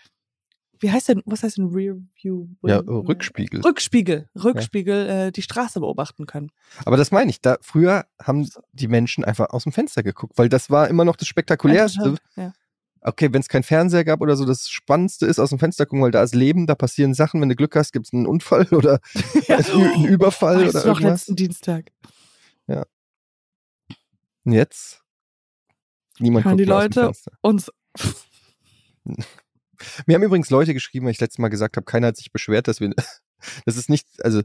[SPEAKER 1] wie heißt denn, was heißt denn Rear View? äh,
[SPEAKER 2] ja, Rückspiegel.
[SPEAKER 1] Rückspiegel, Rückspiegel, äh, die Straße beobachten können.
[SPEAKER 2] Aber das meine ich. Da, früher haben die Menschen einfach aus dem Fenster geguckt, weil das war immer noch das Spektakulärste.
[SPEAKER 1] Interessant, Ja.
[SPEAKER 2] Okay, wenn es keinen Fernseher gab oder so, das Spannendste ist aus dem Fenster gucken, weil da ist Leben, da passieren Sachen. Wenn du Glück hast, gibt es einen Unfall <laughs>
[SPEAKER 1] <laughs>
[SPEAKER 2] oder einen Überfall
[SPEAKER 1] Weißt
[SPEAKER 2] also oder
[SPEAKER 1] du noch
[SPEAKER 2] irgendwas.
[SPEAKER 1] letzten Dienstag?
[SPEAKER 2] Und Jetzt? Niemand
[SPEAKER 1] Hören
[SPEAKER 2] guckt
[SPEAKER 1] die
[SPEAKER 2] mehr aus dem
[SPEAKER 1] Leute-
[SPEAKER 2] Fenster.
[SPEAKER 1] Uns,
[SPEAKER 2] Mir haben übrigens Leute geschrieben, weil ich letztes Mal gesagt habe, keiner hat sich beschwert, <laughs> dass wir, das ist nicht, also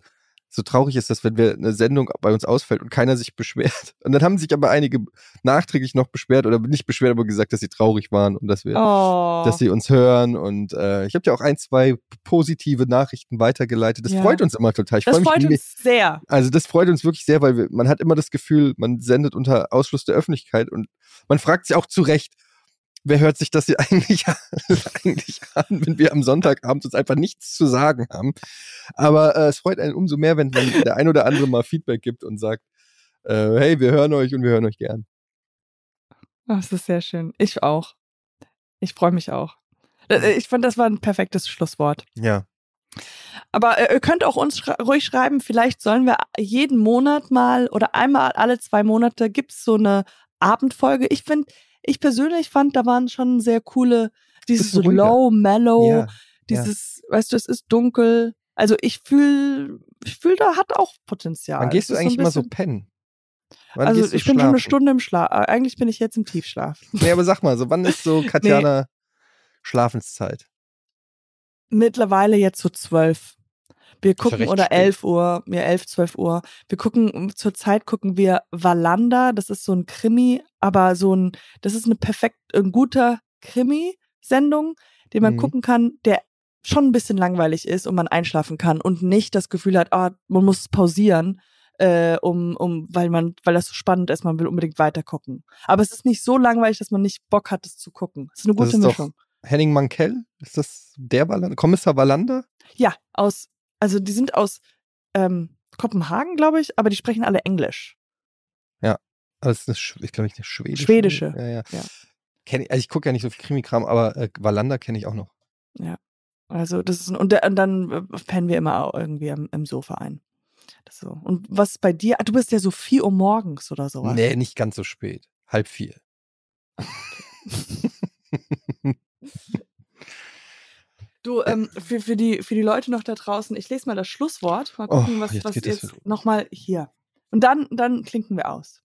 [SPEAKER 2] so traurig ist das, wenn wir eine Sendung bei uns ausfällt und keiner sich <laughs> beschwert. Und dann haben sich aber einige nachträglich noch beschwert oder nicht beschwert, aber gesagt, dass sie traurig waren und dass wir,
[SPEAKER 1] oh,
[SPEAKER 2] dass sie uns hören. Und äh, ich habe ja auch ein, zwei positive Nachrichten weitergeleitet. Das
[SPEAKER 1] Ja.
[SPEAKER 2] freut uns immer total. Ich
[SPEAKER 1] das
[SPEAKER 2] freu mich
[SPEAKER 1] freut
[SPEAKER 2] mega.
[SPEAKER 1] uns sehr.
[SPEAKER 2] Also das freut uns wirklich sehr, weil wir, man hat immer das Gefühl, man sendet unter Ausschluss der Öffentlichkeit und man fragt sich auch zu Recht, wer hört sich das hier <laughs> eigentlich an, eigentlich an wenn wir am Sonntagabend uns einfach nichts zu sagen haben. Aber äh, es freut einen umso mehr, wenn man der ein oder andere mal Feedback gibt und sagt, äh, hey, wir hören euch und wir hören euch gern.
[SPEAKER 1] Oh, das ist sehr schön. Ich auch. Ich freue mich auch. Äh, Ich fand, das war ein perfektes Schlusswort.
[SPEAKER 2] Ja.
[SPEAKER 1] Aber äh, ihr könnt auch uns schra- ruhig schreiben, vielleicht sollen wir jeden Monat mal oder einmal alle zwei Monate gibt's so eine Abendfolge. Ich finde, ich persönlich fand, da waren schon sehr coole, dieses
[SPEAKER 2] Bisschen ruhiger.
[SPEAKER 1] Low, Mellow,
[SPEAKER 2] ja.
[SPEAKER 1] dieses, weißt du, es ist dunkel. Also ich fühle, ich fühle, da hat auch Potenzial.
[SPEAKER 2] Wann gehst du
[SPEAKER 1] Es ah, ist
[SPEAKER 2] eigentlich immer so
[SPEAKER 1] bisschen-
[SPEAKER 2] pennen? Wann
[SPEAKER 1] also
[SPEAKER 2] gehst du
[SPEAKER 1] ich bin schon eine
[SPEAKER 2] schlafen?
[SPEAKER 1] Stunde im Schlaf. äh, Eigentlich bin ich jetzt im Tiefschlaf.
[SPEAKER 2] Nee, aber sag mal, so wann
[SPEAKER 1] <laughs>
[SPEAKER 2] ist so Katjana Schlafenszeit?
[SPEAKER 1] mittlerweile jetzt so zwölf. Wir
[SPEAKER 2] ja
[SPEAKER 1] gucken,
[SPEAKER 2] recht
[SPEAKER 1] oder
[SPEAKER 2] spät.
[SPEAKER 1] elf Uhr, mir ja, elf, zwölf Uhr. Wir gucken, zurzeit gucken wir Valanda, das ist so ein Krimi, aber so ein, das ist eine perfekt, ein guter Krimi-Sendung, den man
[SPEAKER 2] Mhm.
[SPEAKER 1] gucken kann, der schon ein bisschen langweilig ist und man einschlafen kann und nicht das Gefühl hat, ah, man muss es pausieren, äh, um, um, weil man, weil das so spannend ist, man will unbedingt weiter gucken. Aber es ist nicht so langweilig, dass man nicht Bock hat, es zu gucken. Es ist eine
[SPEAKER 2] Das
[SPEAKER 1] gute
[SPEAKER 2] ist doch-
[SPEAKER 1] Mischung.
[SPEAKER 2] Henning Mankell? Ist das der Wallander? Kommissar Wallander?
[SPEAKER 1] Ja, aus, also die sind aus ähm, Kopenhagen, glaube ich, aber die sprechen alle Englisch.
[SPEAKER 2] Ah, Das ist eine, Sch- ich glaube, eine schwedische.
[SPEAKER 1] Schwedische,
[SPEAKER 2] Ja, ja.
[SPEAKER 1] ja.
[SPEAKER 2] Kenn ich, also ich gucke ja nicht so viel Krimikram, aber äh, Wallander kenne ich auch noch.
[SPEAKER 1] Also das ist und, da- und dann äh, pennen wir immer auch irgendwie im, im Sofa ein. Das so. Und was ist bei dir? Ah, du bist ja so 4 Uhr morgens oder sowas.
[SPEAKER 2] Nee, nicht ganz so spät.
[SPEAKER 1] <laughs>
[SPEAKER 2] Halb vier.
[SPEAKER 1] Du, ähm, für, für, die, für die Leute noch da draußen, ich lese mal das Schlusswort. Mal gucken,
[SPEAKER 2] Oh,
[SPEAKER 1] was
[SPEAKER 2] jetzt
[SPEAKER 1] was
[SPEAKER 2] geht das
[SPEAKER 1] jetzt nochmal hier. Und dann, dann klinken wir aus.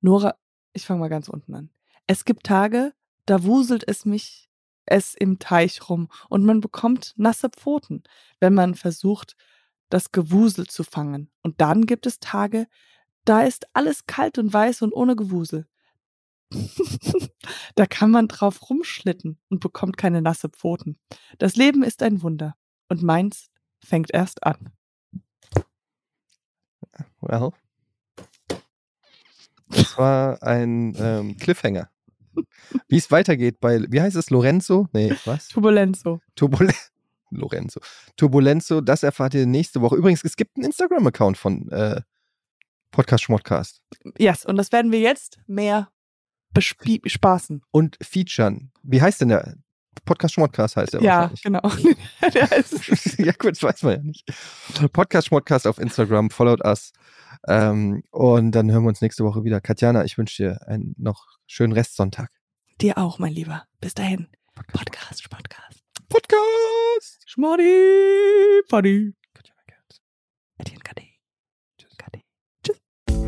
[SPEAKER 1] Nora, ich fange mal ganz unten an. Es gibt Tage, da wuselt es mich es im Teich rum und man bekommt nasse Pfoten, wenn man versucht, das Gewusel zu fangen. Und dann gibt es Tage, da ist alles kalt und weiß und ohne Gewusel. <laughs> da kann man drauf rumschlitten und bekommt keine nasse Pfoten. Das Leben ist ein Wunder und meins fängt erst an.
[SPEAKER 2] Well. Das war ein ähm, Cliffhanger. Wie es weitergeht bei, wie heißt es, Lorenzo? Nee, was?
[SPEAKER 1] Turbulenzo.
[SPEAKER 2] Turbul <laughs> Lorenzo. Turbulenzo, das erfahrt ihr nächste Woche. Übrigens, es gibt einen Instagram-Account von äh, Podcast Schmodcast.
[SPEAKER 1] Yes, und das werden wir jetzt mehr bespie- bespaßen.
[SPEAKER 2] und featuren. Wie heißt denn der? Podcast Schmodcast heißt der
[SPEAKER 1] Ja,
[SPEAKER 2] wahrscheinlich. <laughs>
[SPEAKER 1] genau. <laughs> Der ist-
[SPEAKER 2] ja, gut, das weiß man ja nicht. Podcast Schmodcast auf Instagram, followt us. Ähm, und dann hören wir uns nächste Woche wieder. Katjana, ich wünsche dir einen noch schönen Restsonntag.
[SPEAKER 1] Dir auch, mein Lieber. Bis dahin. Podcast, Podcast.
[SPEAKER 2] Podcast!
[SPEAKER 1] Schmoddi, Paddy.
[SPEAKER 2] Katjana Gerz.
[SPEAKER 1] Etienne Cadet. Cadet.